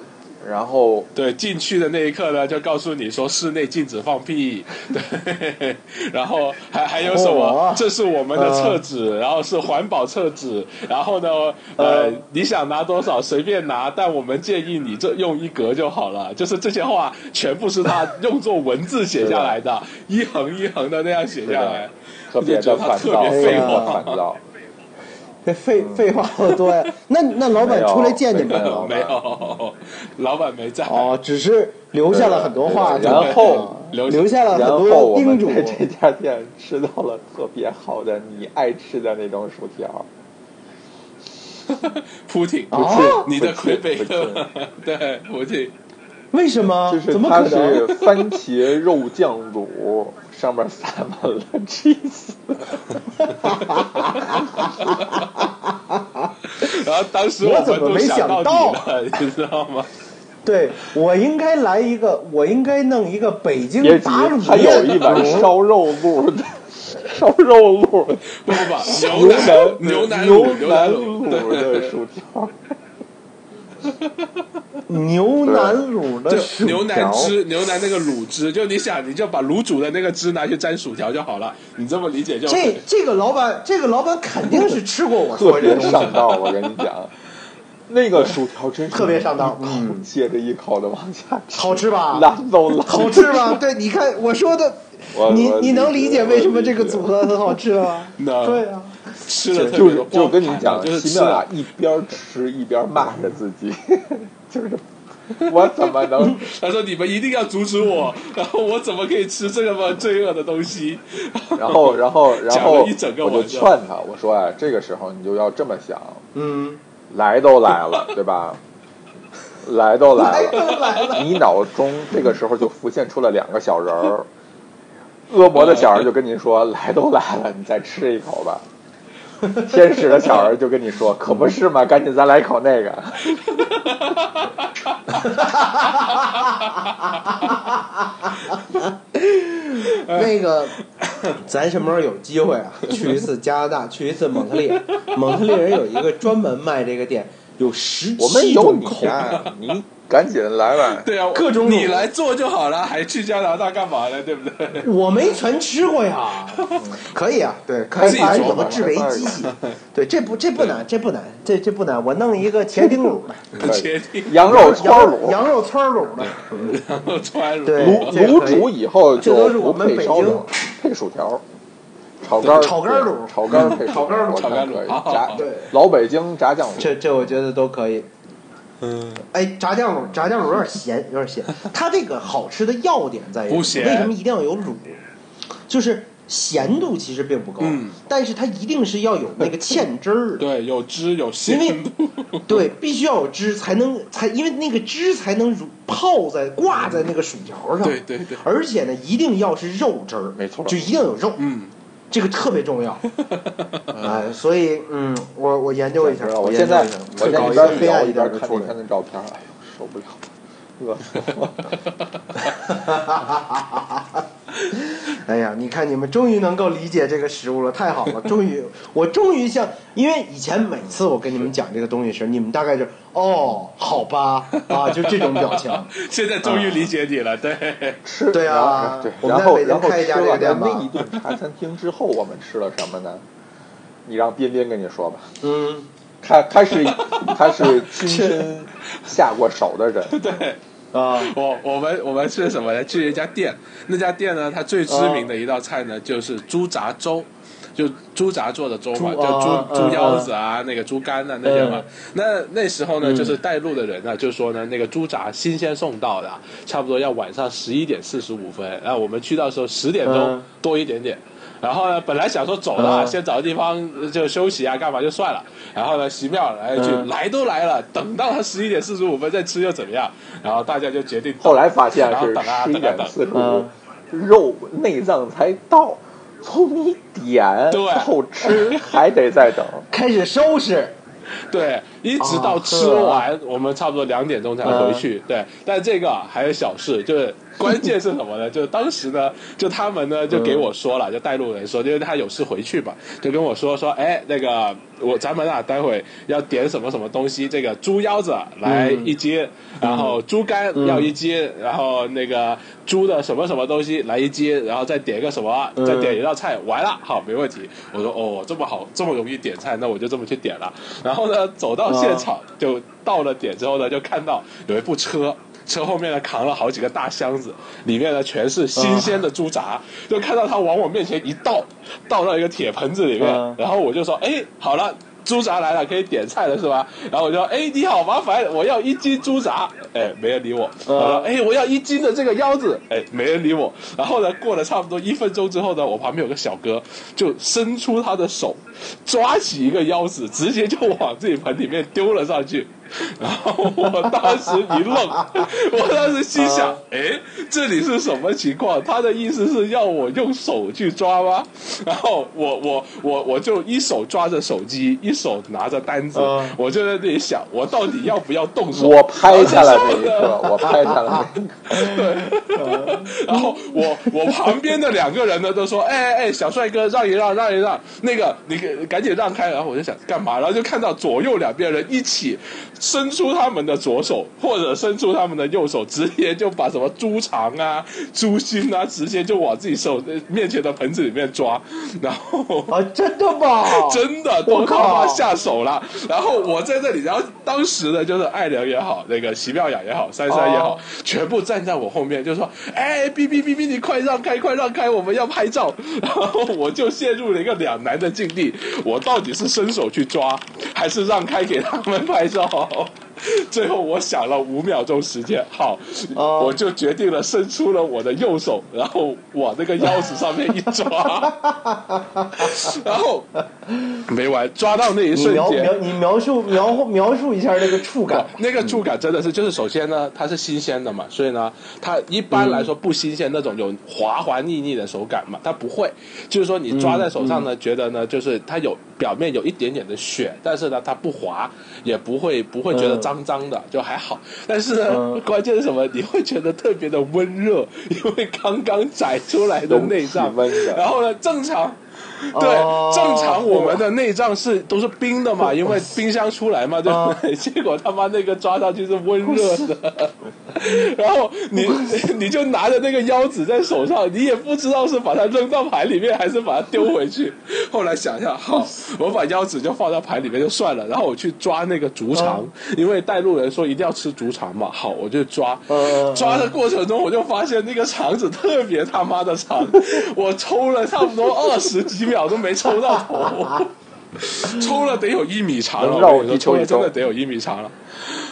S1: 然后
S3: 对进去的那一刻呢，就告诉你说室内禁止放屁， *laughs* 对，然后还还有什么
S2: 哦？嗯
S3: 这是我们的厕纸，然后是环保厕纸，然后呢，呃
S2: 呃，
S3: 你想拿多少随便拿，但我们建议你这用一格就好了。就是这些话全部是他用作文字写下
S2: *laughs*
S3: 来的，一横一横的那样写下来，
S1: 特别的烦躁，
S3: 我
S1: 特
S2: 就觉
S1: 别
S2: 得他
S1: 的
S2: 特
S1: 烦躁。
S2: 这 *laughs* 废废
S1: *laughs*
S2: 话好多呀。那那老板出来见你们
S1: 没有
S2: 了
S1: 老
S2: 吗
S1: 板
S3: *laughs* 没有，老板没在。 *laughs*
S2: 哦，只是留下了很多话，啊
S1: 对然后
S3: 留
S2: 留下了很
S1: 然后
S2: 多
S1: 我
S2: 叮
S1: 们
S2: 嘱。
S1: *laughs* 在这家店吃到了特别好的你爱吃的那种薯条，
S3: Putin，
S2: 啊
S3: 你的魁北
S1: 不是
S3: 克，对，Putin，
S2: 为什么？
S1: 就是
S2: 怎么
S1: 它
S2: 可能
S1: 是？番茄肉酱卤，上面撒满了 cheese，
S3: 然后当时
S2: 我
S3: 们
S2: 怎么
S3: 都
S2: 没
S3: 想
S2: 想
S3: 到你了， *laughs* 你知道吗？
S2: 对我应该来一个，我应该弄一个北京
S1: 别急
S2: 打卤，
S1: 它有一碗烧肉露的烧肉露的 *laughs*
S3: 不不不，牛腩牛腩
S1: 牛
S3: 卤牛
S1: 腩
S3: 卤，
S1: 卤的
S3: 对，
S1: 薯条，
S2: 牛腩卤的
S3: 就
S2: 薯
S3: 牛腩
S2: 条
S3: 汁，牛腩那个卤汁，就你想，你就把卤煮的那个汁拿去沾薯条就好了，你这么理解就
S2: 这这个老板，这个老板肯定是吃过我
S1: 特
S2: 说这
S1: 别
S2: 东西，
S1: 上道。我跟你讲，那个薯条真是
S2: 特别上道
S1: 一口接着一口的往下吃，
S2: 好吃吧？
S1: 烂都烂，
S2: 好吃吧？ *laughs* 对，你看我说的
S1: 我，
S2: 你
S1: 我
S2: 你能理解为什么这个组合很好吃了吗？
S3: 那
S2: 对啊，
S3: 吃了特
S1: 就
S3: 别
S1: 是
S3: 多
S1: 就跟你
S3: 光盘
S1: 讲
S3: 啊，就是
S1: 奇
S3: 吃
S1: 妙啊
S3: 了，，
S1: 一边吃一边骂着自己， *laughs* 就是我怎么能
S3: 他说你们一定要阻止我，然后我怎么可以吃这么罪恶的东西？
S1: 然后，然后，然
S3: 讲
S1: 后
S3: 了一整个
S1: 我就
S3: 晚上
S1: 劝他，我说啊，这个时候你就要这么想，
S2: 嗯，
S1: 来都来了，对吧？ *laughs* 来都来
S2: 来
S1: 了，
S2: 都来
S1: *laughs*
S2: 了，
S1: 你脑中这个时候就浮现出了两个小人儿，恶魔的小人就跟你说，来都来了，你再吃一口
S2: *laughs*
S1: 吧。天使的小人就跟你说，可不是嘛，赶紧再来一口那
S2: *laughs*
S1: 个。
S2: 那个，咱什么时候有机会啊？去一次加拿大，去一次蒙特利尔。蒙特利尔有一个专门卖这个店，有十
S1: 我们
S2: 七
S1: 有
S2: 种
S1: 你
S2: 口味。
S1: 呀，你赶紧来吧。
S3: 对啊，
S2: 各种
S3: 你
S2: 卤
S3: 来做就好了，还去加拿大干嘛呢？对不对？
S2: 我没全吃过呀，可以啊，对，开
S3: 自己
S2: 发
S3: 琢磨
S2: 有个制为机器，对，这不这不难，这不难，这这不难，我弄一个茄丁卤的，
S3: 不确定，
S1: 羊肉圈
S2: *laughs* 羊
S1: 卤，
S2: 羊肉圈卤的，
S3: 然后川鲁
S2: 对
S1: 卤
S2: 这个
S1: 卤
S2: 可以
S1: 煮以后
S2: 这都是
S1: 不
S2: 我们
S1: 配
S2: 北
S1: 烧
S2: 京
S1: 饼，配薯条，炒肝儿，
S2: 炒肝儿卤
S1: 炒肝儿配
S2: *laughs* 炒肝儿卤
S1: 我看
S3: 炒肝儿
S1: 可以
S3: 卤好
S1: 炸
S3: 好
S2: *laughs* 对
S1: 老北京炸酱卤，
S2: 这这我觉得都可以。
S3: 嗯，
S2: 哎，炸酱卤，炸酱卤有点咸，有点
S3: *laughs*
S2: 咸。它这个好吃的要点在于
S3: 不咸
S2: 为什么一定要有卤？就是咸度其实并不高，
S3: 嗯
S2: 但是它一定是要有那个芡汁儿的，
S3: *laughs* 对，有汁
S2: 因
S3: 有
S2: 为
S3: 鲜度，
S2: 对，必须要有汁才能才，因为那个汁才能乳泡在挂在那个薯条上。
S3: 对对对，
S2: 而且呢，一定要是肉汁儿，
S1: 没错
S2: 就一定有肉，
S3: 嗯，
S2: 这个特别
S3: *laughs*
S2: 重要。哎，所以嗯，我我研究一下，
S1: 啊我现
S2: 研究
S1: 在
S2: 一下
S1: 我
S2: 我
S1: 现在
S2: 搞
S1: 一
S2: 一
S1: 边
S2: 个
S1: 黑
S2: 黑
S1: 暗
S2: 暗
S1: 一
S2: 一
S1: 边
S2: 点的
S1: 看
S2: 出
S1: 那
S2: 来
S1: 天。的照片，哎呦，受不了，饿死
S2: *laughs*
S1: 我了。
S2: 哎呀，你看你们终于能够理解这个食物了，太好
S3: *laughs*
S2: 了！终于，我终于像，因为以前每次我跟你们讲这个东西时，你们大概就哦，好吧，啊，就这种表
S3: *laughs*
S2: 情。
S3: 现在终于理解你了，对，
S1: 吃
S2: 对啊
S1: 然后对，
S2: 我们
S1: 然
S2: 在
S1: 后
S2: 北京
S1: 然后
S2: 开一家
S1: 吃
S2: 这个
S1: 完了
S2: 店吧
S1: 那一顿茶餐厅之后，我们吃了什么呢？你让彬彬跟你说吧，
S2: *laughs* 嗯，
S1: 他他是他是亲身下过手的人，
S2: *laughs* 啊，
S3: *laughs* 我我们我们吃什么呢？去一家店，那家店呢，它最知名的一道菜呢就是猪杂粥，就猪杂做的粥嘛，
S2: 猪
S3: 就猪、
S2: 啊
S3: 猪
S2: 嗯
S3: 腰子啊，那个猪肝啊那些嘛。
S2: 嗯
S3: 那那时候呢，
S2: 嗯
S3: 就是带路的人呢，就说呢，那个猪杂新鲜送到的，啊差不多要晚上十一点四十五分，然后我们去到的时候十点钟
S2: 嗯
S3: 多一点点。然后呢，本来想说走了，啊
S2: 嗯
S3: 先找个地方呃就休息啊，干嘛就算了。然后呢，奇妙来一句，
S2: 嗯
S3: 来都来了，等到他十一点四十五分再吃又怎么样？然后大家就决定等
S1: 后来发现
S3: 然后
S1: 是
S3: 等啊
S1: 十一
S3: 等啊
S1: 点
S3: 等啊
S1: 四十五
S2: 嗯，
S1: 肉内脏才到，从你点
S3: 对
S1: 后
S3: *laughs*
S1: 吃还得再等。
S2: 开始收拾，
S3: 对，一直到吃完，我们差不多两点钟才回去。对，但这个还有小事，就是关键是什么呢？ *laughs* 就是当时呢，就他们呢就给我说了，就带路人说，因为他有事回去嘛，就跟我说说，哎，那个我咱们啊，待会要点什么什么东西，这个猪腰子来一斤，然后猪肝要一斤，然后那个猪的什么什么东西来一斤，然后再点一个什么，再点一道菜，完了，好，没问题。我说哦，这么好，这么容易点菜，那我就这么去点了。然后呢，走到现场、就到了点之后呢，就看到有一部车。车后面呢扛了好几个大箱子，里面呢全是新鲜的猪杂，就看到他往我面前一倒，倒到一个铁盆子里面，
S2: 嗯
S3: 然后我就说，哎，好了，猪杂来了，可以点菜了是吧？然后我就说，哎，你好，麻烦，我要一斤猪杂，哎，没人理我。
S2: 嗯
S3: 我说，哎，我要一斤的这个腰子，哎，没人理我。然后呢，过了差不多一分钟之后呢，我旁边有个小哥就伸出他的手，抓起一个腰子，直接就往自己盆里面丢了上去。然后我当时一愣，我当时心想
S2: 啊：“
S3: 哎，这里是什么情况？他的意思是要我用手去抓吗？”然后我我我我就一手抓着手机，一手拿着单子，
S2: 啊
S3: 我就在那里想，我到底要不要动手？
S1: 我拍下了那
S3: 这
S1: 一刻，我拍下了那一
S3: *laughs*
S1: 刻。
S3: 然后我我旁边的两个人呢都说，哎哎哎，小帅哥让一让让一让，那个你给赶紧让开。然后我就想干嘛？然后就看到左右两边人一起伸出他们的左手或者伸出他们的右手，直接就把什么猪肠啊、猪心啊，直接就往自己手呃面前的盆子里面抓，然后。
S2: 啊，真的吗？
S3: 真的都他妈下手
S2: 哦
S3: 了。然后我在这里，然后当时呢，就是爱良也好，那个齐妙雅也好，珊珊也好，
S2: 哦
S3: 全部站在我后面，就说：“哎，哔哔哔哔，你快让开，快让开，我们要拍照。” *laughs* 然后我就陷入了一个两难的境地，我到底是伸手去抓，还是让开给他们拍照？ *laughs* 最后我想了五秒钟时间，好，
S2: 哦
S3: 我就决定了伸出了我的右手，然后往那个腰子上面一抓， *laughs* 然后没完，抓到那一
S2: 你
S3: 瞬
S2: 描
S3: 间
S2: 描，你描述描描述一下那个触感，
S3: 那个触感真的是，就是首先呢，它是新鲜的嘛，所以呢，它一般来说不新鲜那种有滑滑腻腻的手感嘛，它不会，就是说你抓在手上呢，觉得呢，就是它有表面有一点点的血，但是呢，它不滑，也不会不会觉得
S2: 嗯
S3: 脏脏的，就还好。但是呢
S2: 嗯，
S3: 关键是什么？你会觉得特别的温热，因为刚刚 *laughs* 宰出来的内脏
S1: 容器温热
S3: 然后呢，正常。对，
S2: 哦
S3: 正常我们的内脏是都是冰的嘛，因为冰箱出来嘛，对
S2: 哦
S3: 不对？ *laughs* 结果他妈那个抓上去是温热的， *laughs* 然后你 *laughs* 你就拿着那个腰子在手上，你也不知道是把它扔到盘里面还是把它丢回去。后来想一下，好，我把腰子就放到盘里面就算了，然后我去抓那个竹肠，因为带路人说一定要吃竹肠嘛，好，我就抓，
S2: 嗯
S3: 抓的过程中，我就发现那个肠子特别他妈的长，我抽了差不多二十几秒都没抽到头，抽了得有一米长了，
S1: 能绕
S3: 我跟你说
S1: 地球
S3: 抽了
S1: 一周
S3: 真的得有一米长了。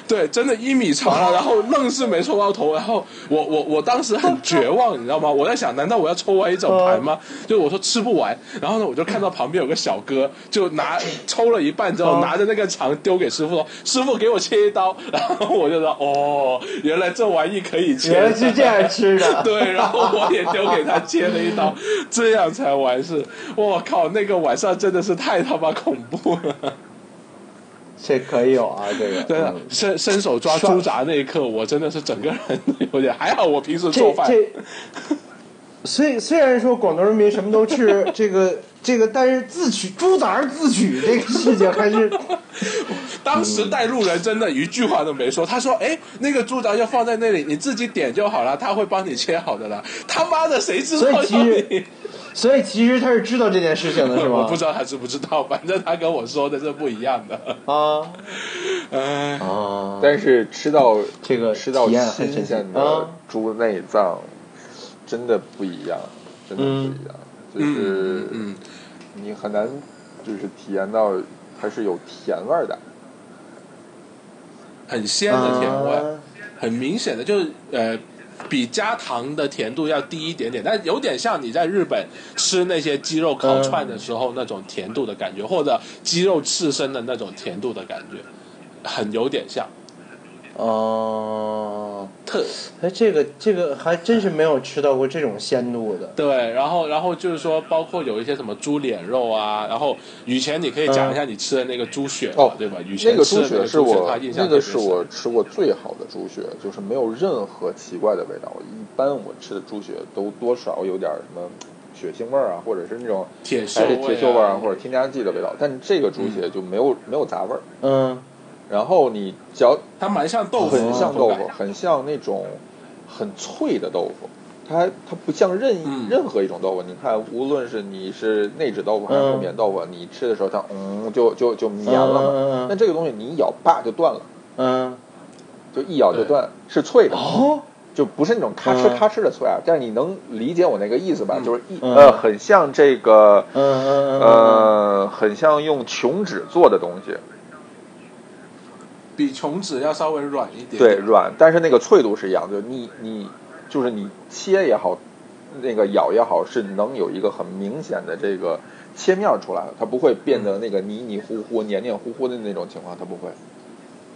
S3: 对，真的，一米长了，然后愣是没抽到头，然后我我我当时很绝望，你知道吗？我在想，难道我要抽完一整盘吗？就我说吃不完，然后呢，我就看到旁边有个小哥，就拿抽了一半之后，
S2: 嗯
S3: 拿着那个肠丢给师傅说：“师傅给我切一刀。”然后我就说：“哦，原来这玩意可以切。”
S2: 原来是这样吃的。
S3: *laughs* 对，然后我也丢给他切了一刀，这样才完事。我靠，那个晚上真的是太他妈恐怖了。
S2: 这可以有啊，这个。
S3: 真的
S2: 嗯
S3: 伸伸手抓猪杂那一刻，我真的是整个人 *laughs* 有点还好，我平时做
S2: 这
S3: 饭
S2: 这，虽虽然说广东人民什么都吃，
S3: *laughs*
S2: 这个这个，但是自取猪杂儿自取这个事情还是
S3: 当时带路人真的一句话都没说，他说：“哎，那个猪杂要放在那里，你自己点就好了，他会帮你切好的了。” *laughs* 他妈的，谁知道
S2: 所以其实呃
S3: 你？
S2: 所以其实他是知道这件事情的，是
S3: *laughs* 我
S2: 吗？
S3: 不知道他知不知道，反正他跟我说的是不一样的。
S2: 啊
S3: 哎，
S2: 啊，
S1: 但是吃到
S2: 这个
S1: 吃到
S2: 体验很
S1: 新
S2: 神奇
S1: 鲜的
S3: 嗯
S2: 啊
S1: 猪内脏，真的不一样，真的不一样。就
S3: 嗯
S1: 是
S3: 嗯，
S1: 你很难就是体验到它是有甜味儿的。
S3: 很鲜的甜味，
S2: 啊
S3: 很明显的就是呃，比加糖的甜度要低一点点，但有点像你在日本吃那些鸡肉烤串的时候那种甜度的感觉，或者鸡肉刺身的那种甜度的感觉，很有点像。
S2: 哦，
S3: 特
S2: 哎，这个这个还真是没有吃到过这种鲜度的。
S3: 对，然后然后就是说，包括有一些什么猪脸肉啊，然后雨前你可以讲一下你吃的那个猪血嘛，
S1: 哦
S3: 对吧？雨前
S1: 那个
S3: 吃的
S1: 猪
S3: 那个
S1: 血是
S3: 猪血，
S1: 我
S3: 他印象
S1: 那个
S3: 特别
S1: 是
S3: 深
S1: 我吃过最好的猪血，就是没有任何奇怪的味道。一般我吃的猪血都多少有点什么血腥味儿啊，或者是那种
S3: 铁
S1: 还是
S3: 锈
S1: 铁锈味儿
S3: 啊嗯
S1: 啊，，或者添加剂的味道。但这个猪血就没有没有杂味儿，
S2: 嗯，
S1: 然后你嚼
S3: 它蛮像豆腐，啊
S1: 很像豆
S3: 口感
S1: 腐，很像那种很脆的豆腐。它它不像任意
S3: 嗯
S1: 任何一种豆腐，你看，无论是你是内酯豆腐还是
S2: 嗯
S1: 木棉豆腐，你吃的时候它嗯就就就绵了嘛。
S2: 嗯嗯嗯
S1: 那这个东西你一咬，叭就断了，
S2: 嗯，
S1: 就一咬就断，是脆的，
S2: 哦，
S1: 就不是那种咔哧
S2: 嗯
S1: 咔哧的脆啊。但是你能理解我那个意思吧？
S3: 嗯
S1: 就是一
S2: 嗯
S1: 呃，很像这个
S2: 嗯嗯嗯，嗯，
S1: 呃，很像用琼脂做的东西，
S3: 比琼脂要稍微软一点。
S1: 对，软，但是那个脆度是一样，就你你就是你切也好，那个咬也好，是能有一个很明显的这个切面儿出来的，它不会变得那个泥泥糊糊、黏黏糊糊的那种情况，它不会，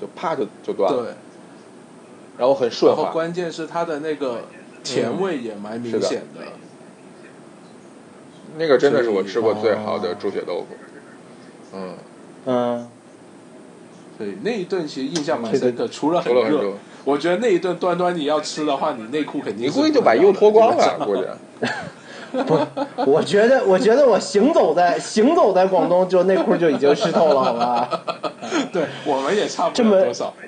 S1: 就啪就就断了，
S3: 对，
S1: 然后很顺
S3: 然后
S1: 滑，
S3: 关键是它的那个
S1: 嗯
S3: 甜味也蛮明显的。
S1: 那个真的是我吃过
S2: 所以
S1: 最好的
S2: 哦
S1: 猪血豆腐，嗯，
S2: 嗯，
S3: 所以那一顿其实印象蛮深
S2: 这
S3: 刻，除了很
S1: 除了很
S3: 热
S1: 热，
S3: 我觉得那一顿端端你要吃的话，你内裤肯定
S1: 你
S3: 是
S1: 估计就把又脱光了， *laughs* 估计。
S2: 我觉得，我觉得我行走在行走在广东，就内裤就已经湿透了，好吧？
S3: *laughs* 对，我们也差不
S2: 这
S3: 了
S2: 么
S3: 多少。
S2: *laughs*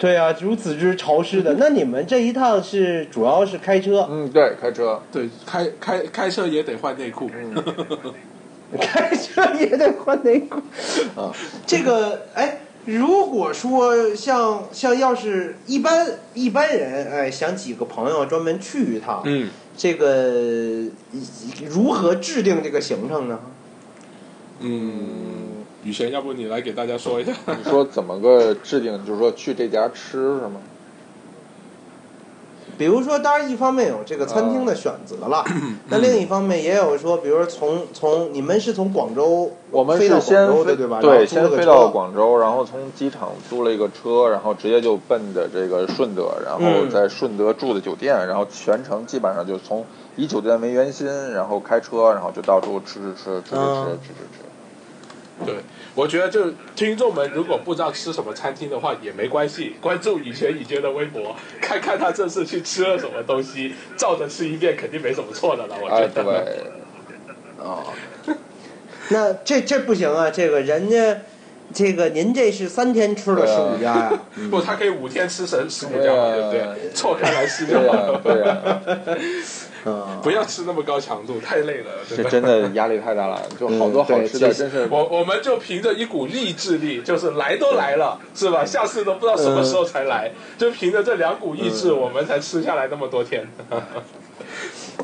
S2: 对啊，如此之潮湿的。那你们这一趟是主要是开车，
S1: 嗯，对，开车，
S3: 对，开开开车也得换内裤。
S2: *laughs*
S3: 嗯
S2: 开车也得换内裤
S1: 啊。
S2: 这个哎，如果说像像要是一般一般人哎，想几个朋友专门去一趟，
S1: 嗯，
S2: 这个以如何制定这个行程呢？
S3: 嗯，雨璇，要不你来给大家说一下？ *laughs*
S1: 你说怎么个制定？就是说去这家吃是吗？
S2: 比如说，当然一方面有这个餐厅的选择了，那另一方面也有说，比如说从从你们是从广州，
S1: 我们
S2: 飞
S1: 是
S2: 到
S1: 先
S2: 广州
S1: 飞
S2: 的对吧？然后
S1: 对，
S2: 租
S1: 先
S2: 了
S1: 飞
S2: 个车
S1: 到广州，然后从机场租了一个车，然后直接就奔的这个顺德，然后
S2: 嗯
S1: 在顺德住的酒店，然后全程基本上就从以酒店为圆心，然后开车，然后就到处吃吃吃吃吃
S2: 啊
S1: 吃吃吃。
S3: 对，我觉得就听众们如果不知道吃什么餐厅的话也没关系，关注雨前雨娟的微博，看看他这次去吃了什么东西，照着吃一遍肯定没什么错的了。我觉
S1: 哎，
S3: 得，
S1: 对，啊
S2: 哦，那这这不行啊！这个人家，这个您这是三天吃了
S1: 对
S2: 十
S1: 啊
S2: 五家呀、
S3: 不，他可以五天吃神十五家嘛，对
S1: 对
S3: 不
S1: 啊
S3: 对？错开来吃就
S1: 对
S3: 好
S1: 呀
S3: 了，
S1: 对啊呀，
S2: 嗯，
S3: 不要吃那么高强度，太累了，
S1: 这
S3: 真
S1: *laughs* 真
S3: 的。
S1: 的压力太大了，就好多
S2: 嗯对
S1: 好吃的，
S2: 其实
S1: 真是
S3: 我我们就凭着一股励志力，就是来都来了，是吧？下次都不知道什么时候才来，
S1: 嗯
S3: 就凭着这两股意志，我们才吃下来那么多天。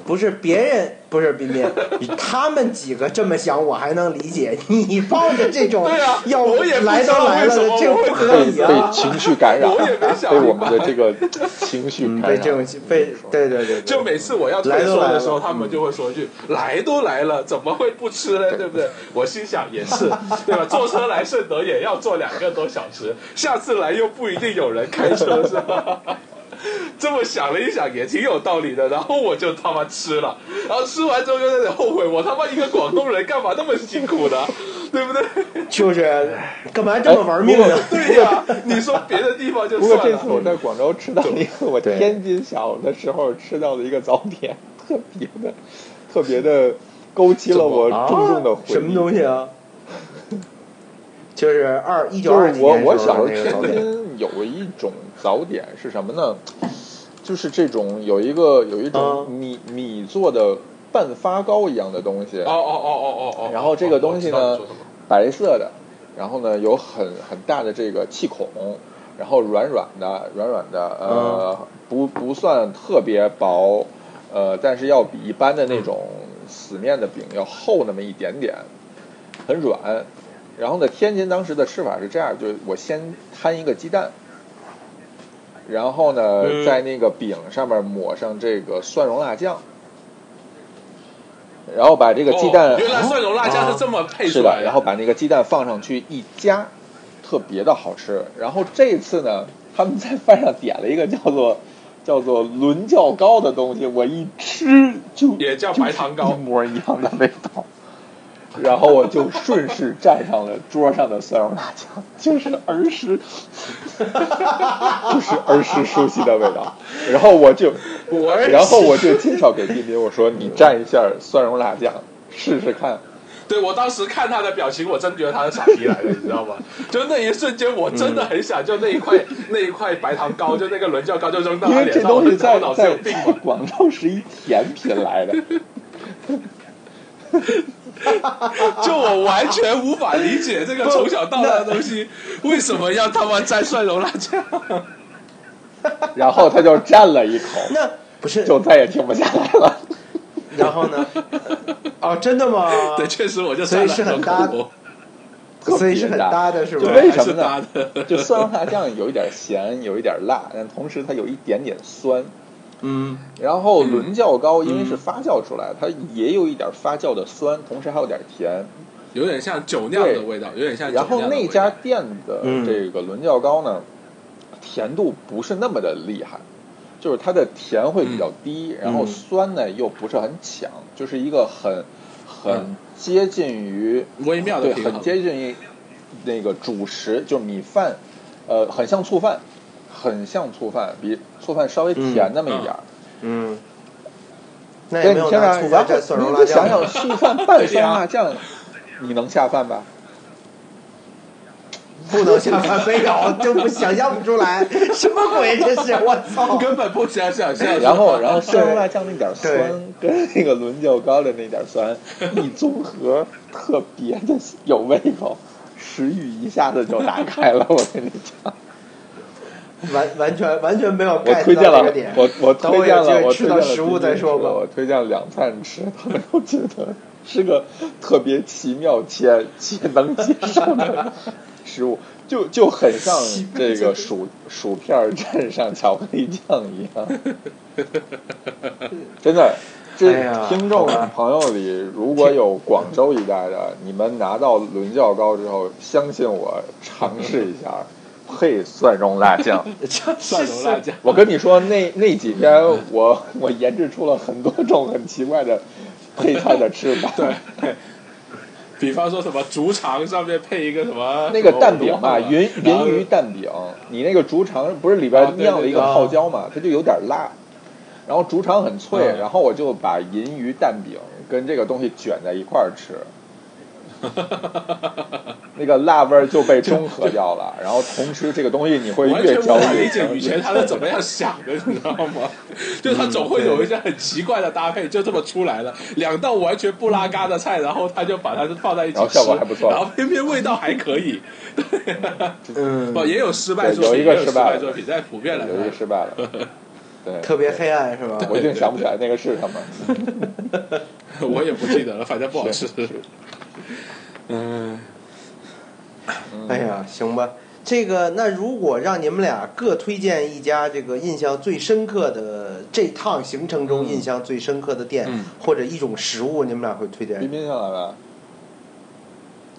S2: 不是别人，不是彬彬，他们几个这么想，我还能理解。你抱着这种
S3: 对啊
S2: 要
S3: 我也不
S2: 来
S3: 知
S2: 都
S3: 道
S2: 来
S3: 为
S2: 了
S3: 什
S2: 的
S3: 么，
S2: 这个
S3: 我会
S2: 不合
S1: 被
S2: 理
S1: 被
S2: 啊！
S1: 情绪感染
S3: 我也没，想
S1: 被 *laughs* 我们的
S3: 明白
S1: 这个情绪
S2: 嗯，
S1: 感
S2: 被这
S1: 染
S2: 种。被对对对，对
S3: *laughs* 就每次我要退缩的时候，他们就会说一句：“
S1: 嗯
S3: 来都来了，怎么会不吃呢？”对不对？我心想
S1: *laughs*
S3: 也是，对吧？坐车来顺德也要坐两个多小时，下次来又不一定有人开车，是吧？ *laughs* 这么想了一想，也挺有道理的。然后我就他妈吃了，然后吃完之后又在那里后悔，我他妈一个广东人干嘛那么辛苦呢？
S1: *laughs*
S3: 对不对？
S2: 就是干嘛这么玩命呢？
S3: 对呀、你说别的地方就
S1: 不过
S3: 算
S1: 这
S3: 了
S1: 次，我在广州吃到了一个我
S2: 对
S1: 天津下午的时候吃到的一个早点，特别的，特别的勾起了我呃
S2: 啊
S1: 重重的回忆。
S2: 什么东西啊？就是二一九
S1: *laughs* 就
S2: 二
S1: 是
S2: 几
S1: 我
S2: 年
S1: 我
S2: 时
S1: 小
S2: 候的那
S1: 时
S2: 个
S1: 候
S2: 早
S1: 天 *laughs*
S2: 点，
S1: 津有一种早点是什么呢？就是这种有一个有一种
S2: 嗯
S1: 米、米做的半发糕一样的东
S2: 啊
S1: 西，
S3: 哦哦哦哦哦哦。
S1: 然后这个东西呢
S3: 我知道你说什么
S1: 白色的，然后呢有很很大的这个气孔，然后软软的，软软的，
S3: 嗯
S1: 呃，不不算特别薄，呃，但是要比一般的那种死面的饼要厚那么一点点，很软。然后呢，天津当时的吃法是这样，就是我先摊一个鸡蛋，然后呢，
S3: 嗯
S1: 在那个饼上面抹上这个蒜蓉辣酱，然后把这个鸡蛋、啊
S3: 哦原来蒜蓉辣酱是这么配出
S1: 是
S3: 来
S1: 的，然后把那个鸡蛋放上去一夹，特别的好吃。然后这次呢，他们在饭上点了一个叫做叫做伦教糕的东西，我一吃就
S3: 也叫白糖
S1: 就是
S3: 糕
S1: 一模一样的味道。然后我就顺势蘸上了桌上的蒜蓉辣酱，就是儿时，就是儿时熟悉的味道。然后我就，
S3: 我儿时
S1: 然后我就介绍给彬彬，我说你蘸一下蒜蓉辣酱试试看。
S3: 对我当时看他的表情，我真觉得他是傻逼来的，你知道吗？就那一瞬间，我真的
S1: 嗯
S3: 很想就那一块、那一块白糖糕，就那个伦教糕，就扔到
S1: 因
S3: 他
S1: 为
S3: 脸
S1: 这
S3: 上，我
S1: 东
S3: 就
S1: 西
S3: 头
S1: 在
S3: 脑子有
S1: 在
S3: 病
S1: 在
S3: 吧？
S1: *laughs* 广州是一甜品来的，
S3: 就我完全无法理解这个从小到大的东西为什么要他妈蘸蒜蓉辣酱。
S1: 然后他就蘸了一口，
S2: 那不是
S1: 就再也停不下来了。
S2: 然后
S1: *laughs*
S2: 呢？哦，真的吗？
S3: *laughs* 对，确实我就
S2: 所
S3: 蘸
S2: 以
S3: 了
S2: 是很
S3: 很
S2: 搭
S3: 多，
S2: 所以是很搭的，是吧
S1: 就？
S3: 对
S1: 为什么
S3: 还
S1: 呢
S3: 是搭的？
S1: 就蒜蓉辣酱有一点咸，有一点辣，但同时它有一点点酸。
S2: 嗯，
S1: 然后伦教糕因为
S3: 嗯
S1: 是发酵出来，它也有一点发酵的酸，同时还有点甜。
S3: 有点像酒酿的味道，有点像酒
S1: 然
S3: 酿的味
S1: 后
S3: 道。
S1: 那家店的
S2: 嗯
S1: 这个伦教糕呢，甜度不是那么的厉害，就是它的甜会
S2: 嗯
S1: 比较低，然后酸呢又不是很强，就是一个很很
S3: 嗯
S1: 接近于
S3: 微妙的
S1: 对，
S3: 平衡
S1: 很接近于那个主食，就是米饭，呃，很像醋饭，很像醋饭，比醋饭稍微甜那么一点儿。
S2: 嗯，那
S1: 对
S2: 也没
S1: 你
S2: 有
S1: 听
S2: 拿
S1: 着，
S2: 醋
S1: 然后
S2: 饭蘸蒜蓉
S1: 你
S2: 辣
S1: 就想
S2: 酱
S1: 想，醋饭拌蒜蓉辣酱，你能下饭吧？
S2: 不能下饭，没有，就不想象不出
S1: *laughs*
S2: 来，什么鬼这是？我操！
S3: 根本不想想
S1: *laughs*
S3: 象。
S1: 然后，然后
S2: 对
S1: 蒜蓉辣酱那点酸
S2: 对
S1: 跟那个伦教糕的那点酸一综合，特别的有胃口，食欲一下子就打开了。我跟你讲，
S2: 完完全完全没有
S1: 我
S2: get
S1: 推荐
S2: 到
S1: 了
S2: 这个点。，
S1: 我我
S2: 等我
S1: 推荐
S2: 有机
S1: 了，
S2: 会
S1: 我
S2: 吃
S1: 推荐
S2: 到
S1: 了
S2: 食物再说吧。
S1: 我推荐两餐吃， *laughs* 他们都觉得是个特别奇妙且且能接受的食物，就就很像这个薯薯片儿蘸上巧克力酱一样。
S2: *laughs*
S1: 真的，这
S2: 哎呀
S1: 听众
S2: 好吧
S1: 朋友里如果有广州一带的，你们拿到伦教糕之后，相信我，尝试一下配蒜蓉辣酱。
S3: 蒜蓉辣酱，
S1: 我跟你说，那那几天我 *laughs* 我研制出了很多种很奇怪的配菜的吃法。
S3: *laughs* 对，比方说什么竹肠上面配一个什么啊
S1: 那个蛋饼吧，
S3: 什么
S1: 云
S3: 然后
S1: 云鱼蛋饼，你那个竹肠不是里
S3: 啊
S1: 边
S3: 对对
S1: 酿了一个
S3: 对
S1: 泡椒嘛，它就有点辣，然后竹肠很脆，
S3: 啊嗯
S1: 然后我就把银鱼蛋饼跟这个东西卷在一块儿
S3: *laughs*
S1: 吃，那个辣味儿就被中和掉了，然后同时这个东西你会
S3: 完全
S1: 越
S3: 无
S1: 嚼
S3: 法
S1: 越
S3: 理解
S1: 香
S3: 雨前他是怎么样想的，你知道
S1: *laughs*
S3: 吗？就他总会有一些很奇怪的搭配，就这么出来了。两道完全不拉嘎的菜，然后他就把它放在一起
S1: 然后
S3: 吃，
S1: 效果还不错
S3: 然后偏偏味道还
S1: *laughs*
S3: 可以。
S2: 嗯
S3: 不，，也有失败
S1: 对
S3: 作品，
S1: 有一个
S3: 也有失
S1: 失败
S3: 败
S1: 的
S3: 作品，但普遍来
S1: 有一
S3: 看
S1: 个，失败了，对，
S2: 特别黑暗是吧？
S1: 我已经想不起来那个是什么。
S3: 我也不记得了，反正不好吃。
S1: 是
S3: 嗯，
S1: 嗯
S2: 哎呀，行吧。这个，那如果让你们俩各推荐一家这个印象最深刻的这趟行程中印象最深刻的店、
S3: 嗯
S2: 或者一种食物，你们俩会推荐
S1: 彬？彬上来吧，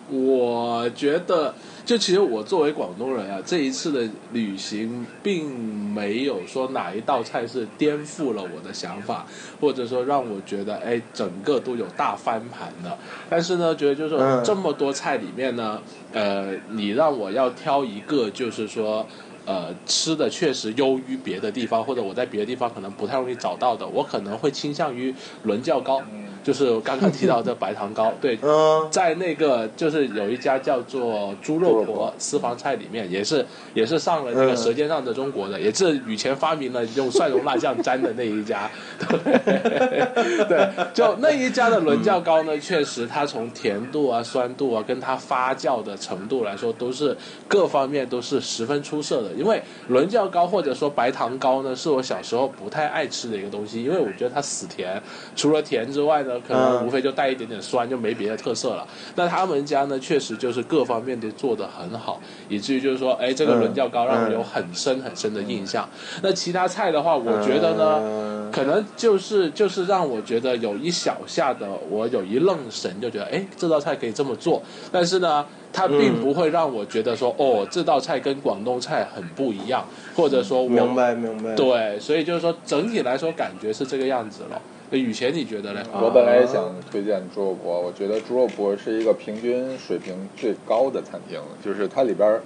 S3: 我觉得，就其实我作为广东人啊，这一次的旅行并没有说哪一道菜是颠覆了我的想法，或者说让我觉得哎，整个都有大翻盘的。但是呢，觉得就是说
S2: 嗯
S3: 这么多菜里面呢，呃，你让我要挑一个，就是说。呃，吃的确实优于别的地方，或者我在别的地方可能不太容易找到的，我可能会倾向于伦教糕，就是刚刚提到的白糖糕。对，
S2: 嗯，
S3: 在那个就是有一家叫做
S1: 猪
S3: 猪肉
S1: 肉婆
S3: 婆私房菜里面，也是也是上了那个
S2: 嗯
S3: 《舌尖上的中国》的，也是雨前发明了用蒜蓉辣酱沾的那一家。对，对，就那一家的伦教糕呢，确实它从甜度啊、酸度啊，跟它发酵的程度来说，都是各方面都是十分出色的。因为伦教糕或者说白糖糕呢，是我小时候不太爱吃的一个东西，因为我觉得它死甜，除了甜之外呢，的可能
S2: 嗯
S3: 无非就带一点点酸，就没别的特色了。那他们家呢，确实就是各方面都做得很好，以至于就是说，哎，这个伦教糕让
S2: 嗯
S3: 我有很深很深的印象。那其他菜的话，我觉得呢。
S2: 呢，
S3: 可能就是就是让我觉得有一小下的，我有一愣神，就觉得哎，这道菜可以这么做。但是呢，它
S2: 嗯
S3: 并不会让我觉得说、哦，这道菜跟广东菜很不一样，或者说
S2: 明
S3: 我
S2: 白明白。
S3: 对，所以就是说整体来说感觉是这个样子了。那雨前你觉得呢？
S1: 我本来也想推荐猪肉博，我觉得猪肉博是一个平均水平最高的餐厅，就是它里边儿，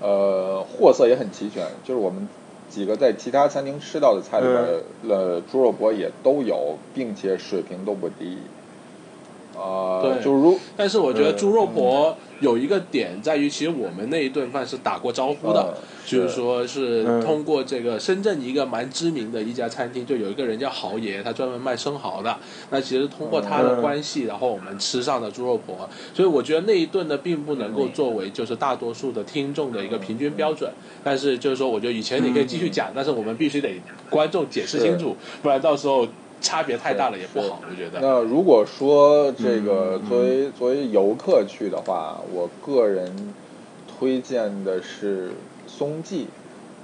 S1: 呃，货色也很齐全，就是我们几个在其他餐厅吃到的菜里边儿，呃，猪肉博也都有，并且水平都不低。啊、
S3: 对
S1: 就如
S3: 但是我觉得
S2: 嗯
S3: 猪肉婆有一个点在于，其实我们那一顿饭是打过招呼的
S1: 嗯，
S3: 就是
S1: 是
S3: 说是
S2: 嗯
S3: 通过这个深圳一个蛮知名的一家餐厅，就有一个人叫豪爷，他专门卖生蚝的。那其实通过他的
S2: 嗯
S3: 关系，然后我们吃上的猪肉
S1: 嗯
S3: 婆，所以我觉得那一顿呢，并不能够作为就是大多数的听众的一个平均标准。但是就是说，我觉得以前你可以继续讲，但是我们必须得观众解释清楚，不然到时候差别太大了也不好，我觉得。
S1: 那如果说这个
S2: 嗯
S1: 作为、作为游客去的话，我个人推荐的是松记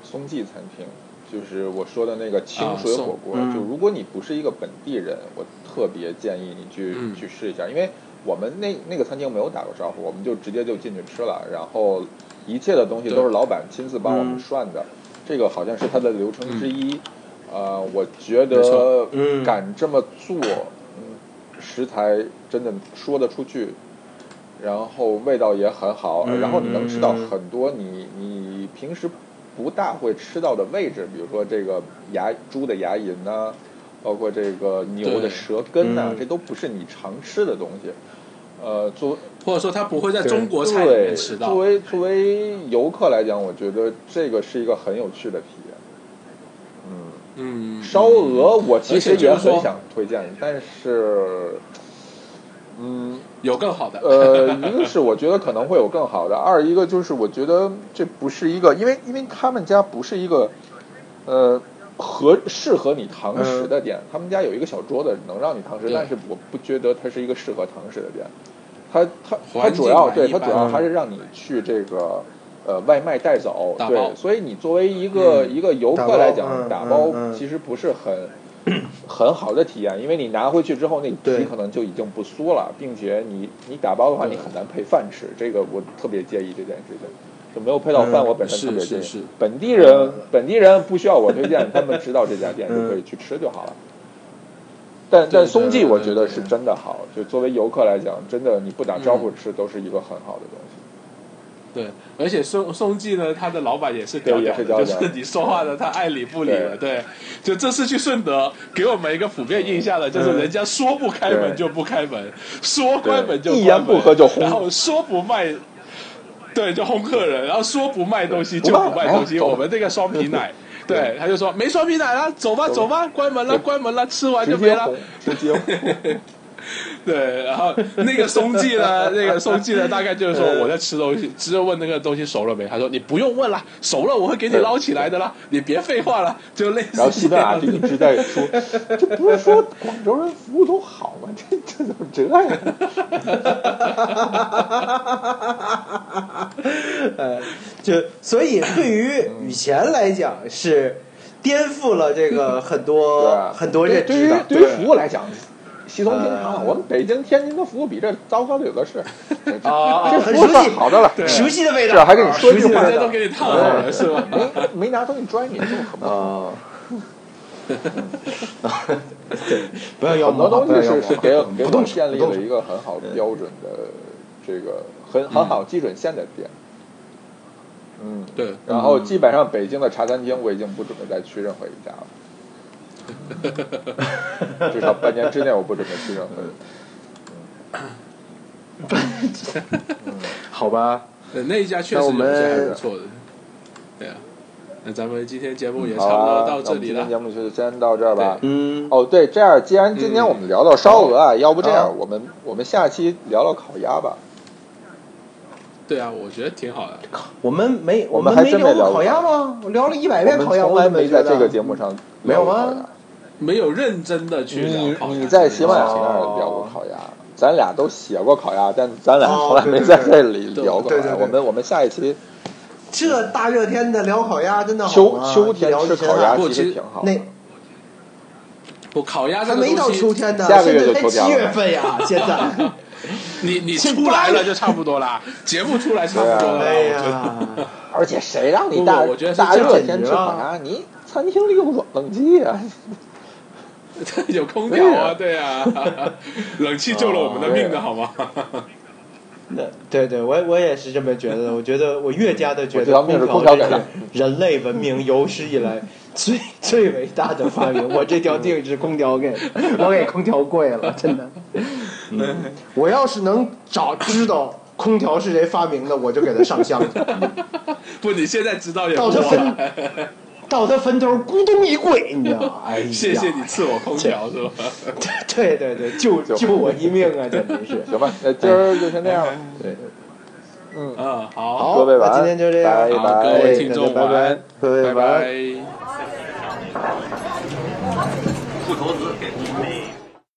S1: 松记餐厅，就是我说的那个清水火锅。
S2: 啊松
S1: 就
S2: 嗯
S1: 如果你不是一个本地人，我特别建议你去、
S3: 嗯
S1: 去试一下，因为我们那那个餐厅没有打过招呼，我们就直接就进去吃了，然后一切的东西都是老板亲自帮我们
S2: 嗯
S1: 涮的，这个好像是他的流程之一。呃，我觉
S3: 没错
S1: 得
S2: 嗯
S1: 敢这么做，嗯，食材真的说得出去，然后味道也很好，
S2: 嗯
S1: 然后你能吃到很多你
S3: 嗯
S1: 你平时不大会吃到的位置，比如说这个牙猪的牙龈呐、包括这个牛的
S3: 对
S1: 舌根呐、
S2: 嗯
S1: 这都不是你常吃的东西。呃，作
S3: 或者说他不会在
S2: 对
S3: 中国菜里
S1: 对
S3: 面吃到
S1: 作。为作为游客来讲，我觉得这个是一个很有趣的体验。嗯。
S3: 嗯，
S1: 烧鹅我其实
S3: 而且就
S1: 也
S3: 是说
S1: 很想推荐，但是，嗯，
S3: 有更好的， *laughs*
S1: 呃，一个是我觉得可能会有更好的，二一个就是我觉得这不是一个，因为因为他们家不是一个，呃，合适合你堂食的店，他们家有一个小桌子能让你堂食，
S3: 嗯对
S1: 但是我不觉得它是一个适合堂食的店，它它它
S3: 环境
S1: 主要
S3: 蛮
S1: 对
S3: 一
S1: 它主要
S2: 般
S1: 还是让你去这个。呃，外卖带走，
S3: 打包
S1: 对，所以你作为一个、一个游
S2: 打
S1: 客
S2: 包
S1: 来讲，
S2: 嗯
S1: 打
S2: 嗯
S1: 包
S2: 嗯
S1: 其实不是很、很好的体验，因为你拿回去之后，那皮
S2: 对
S1: 可能就已经不酥了，并且你你打包的话，
S3: 对
S1: 你很难配饭吃，这个我特别介意这件事情。就没有配到饭，
S2: 嗯
S1: 我本身特别
S3: 是
S1: 介意。
S3: 是是
S1: 本地人，本地人不需要我推
S3: *laughs*
S1: 荐，他们知道这家店就可以去吃就好了。但
S3: 嗯对
S1: 但
S3: 对
S1: 松记
S3: 对
S1: 我
S3: 对
S1: 觉得
S3: 对嗯
S1: 是真的好，就作为游客来讲，真的你不打招呼吃都是一个很好的东西。
S3: 对，而且宋宋记呢，他的老板也是屌
S1: 对
S3: 屌
S1: 也
S3: 的，
S1: 是屌屌
S3: 就是你说话呢，他爱理不理的，对，就这次去顺德，给我们一个普遍印象的，就是人家说不开门
S1: 嗯对
S3: 就不开门，说关门就
S1: 一
S3: 关
S1: 言不
S3: 门
S1: 合就轰
S3: 然后说不卖。对，就轰客人，然后说不卖东西
S1: 不
S3: 就
S1: 卖
S3: 不卖
S1: 哎呀
S3: 东西。
S1: 走吧
S3: 我们这个双皮奶，对，他就说没双皮奶了，走吧走吧，关门了
S1: 对
S3: 关门了，吃完就
S1: 直
S3: 没
S1: 接
S3: 了 *laughs*
S1: 红。，直接红。
S3: 对，然后那个松记呢，那个松记呢，大概就是说我在吃东西， *laughs* 只有问那个东西熟了没，他说你不用问了，熟了我会给你捞起来的啦， *laughs* 你别废话了，就类似
S1: 然后西
S3: 这
S1: 班牙
S3: 样
S1: 就
S3: 子
S1: 一直在说， *laughs* 这不是说广州人服务都好吗？这这怎么这样？啊
S2: 呃，就所以对于雨前来讲是颠覆了这个很
S1: 对
S2: 多
S1: 啊
S2: 很多
S1: 对
S2: 认
S1: 对
S2: 知
S1: 于
S2: 的。
S1: 对于服务来讲，稀松平常了。
S2: 呃
S1: 我们北京、天津的服务比这糟糕的有的是，这
S2: 啊啊，
S1: 这
S2: 很
S1: 服务
S2: 熟
S1: 算
S2: 悉，
S1: 好的了。
S3: 对
S2: 熟悉的味
S1: 这
S2: 道，
S1: 啊还跟你说一
S2: 熟
S1: 句
S2: 悉的
S1: 话
S3: *laughs* 大
S2: 味
S3: 家
S2: 道
S3: 都给你烫好了是吧？
S1: 没没拿东西拽你，这么可怕。
S2: 啊。对，不要妖
S1: 很多
S2: 魔
S1: 东
S2: 化，不要
S1: 西
S2: 妖
S1: 是是
S2: 魔化，
S1: 给我给
S2: 不
S1: 我
S2: 动手
S1: 建立
S2: 不动
S1: 了
S2: 手
S1: 一个很好的标准的这个很很好基准线的店。嗯，
S3: 对，
S1: 然后基本上北京的茶餐厅我已经不准备再去任何一家了，至少半年之内我不准备去任何一家。
S2: 好吧？
S3: 对那一家确
S2: 那
S3: 实
S2: 我
S3: 有
S2: 们
S3: 些还不错的，对啊，那咱们今天节目也差
S1: 好
S3: 不多
S1: 啊，
S3: 到
S1: 那
S3: 这
S1: 我们
S3: 里
S1: 今
S3: 了
S1: 天节，目就先到这儿吧。
S2: 嗯，
S1: 哦，对，这样既然今
S3: 嗯
S1: 天我们聊到烧鹅啊，要不这样，我们我们下期聊聊烤鸭吧。
S3: 对啊，我觉得挺好的，
S2: 我们没
S1: 我们
S2: 们
S1: 还
S2: 没
S1: 真没
S2: 聊过
S1: 聊过
S2: 烤鸭吗？我聊了一百
S1: 我
S2: 遍
S1: 们
S2: 烤鸭，
S1: 从
S2: 我
S1: 来
S2: 怎么
S1: 没
S2: 觉
S1: 在
S2: 得
S1: 这个节目上
S2: 没有
S1: 聊过
S2: 吗
S1: 烤鸭
S3: 没有认真的去聊
S1: 你
S3: 烤鸭啊
S1: 你
S3: 这
S1: 在
S3: 件
S1: 喜马拉
S3: 事
S1: 雅
S2: 哦
S1: 聊过烤鸭，咱俩都写过烤鸭，但咱俩
S2: 哦
S1: 从来
S2: 对
S1: 没
S2: 对
S1: 在
S2: 对
S1: 这里聊过烤
S2: 对对
S1: 鸭。
S2: 对
S1: 我们我们下一期
S2: 这大热天的聊烤鸭真的好
S1: 秋
S2: 啊
S1: 秋天
S2: 聊一
S1: 吃
S2: 身
S1: 烤
S2: 汗
S1: 鸭
S3: 不
S1: 其实
S3: 其实
S1: 挺好的。
S2: 那
S3: 不烤鸭这
S2: 还
S3: 个
S2: 没到
S3: 东西
S2: 秋天呢，
S1: 下个月就秋天
S2: 现在才
S1: 了
S2: 七月份呀，现
S1: *laughs*
S2: 在。
S3: 你你出来了就差不多啦，节目出来差不多了。
S2: 哎
S1: 啊
S3: 我觉得
S2: 呀，
S1: *laughs* 而且谁让你
S3: 不
S1: 大
S3: 我觉得是
S1: 大
S3: 这样
S1: 热
S2: 简
S1: 天
S2: 直
S1: 吃烤
S2: 啊
S1: 鸭？你餐厅里有冷冷气啊！
S3: *laughs* 有空调啊，对啊， *laughs* 冷气救了我们的命的好吗？
S2: 哦那 *laughs* 对对，我我也是这么觉得的。我觉得我越加的觉
S1: 我这
S2: 得
S1: 方面是空
S2: 空
S1: 调
S2: 这
S1: 改
S2: 是人类文明有史以来最最伟大的发明。我这条定制空调给，我给空调跪了，真的。嗯，我要是能早知道空调是谁发明的，我就给他上香去，
S3: 不，你现在知道也不
S2: 到他
S3: 晚。
S2: 坟，到他坟头咕咚一跪，你知道吗？哎呀，
S3: *laughs* 谢谢你赐我空调是吧？
S2: *laughs* 对对对，救
S1: 就
S2: 救我一命啊，简直是。
S1: *laughs* 行吧，那今儿就先这样吧。
S2: 对，
S1: 嗯，
S3: 嗯，好，
S2: 哎好
S1: 各位晚
S2: 那
S1: 安，
S2: 今天就这样哎
S1: 拜
S3: 好啊各
S1: 拜
S3: 位。听众
S2: 大家拜拜
S3: 晚安，
S2: 各位
S3: 拜
S2: 晚安
S3: 拜。
S4: 不投资。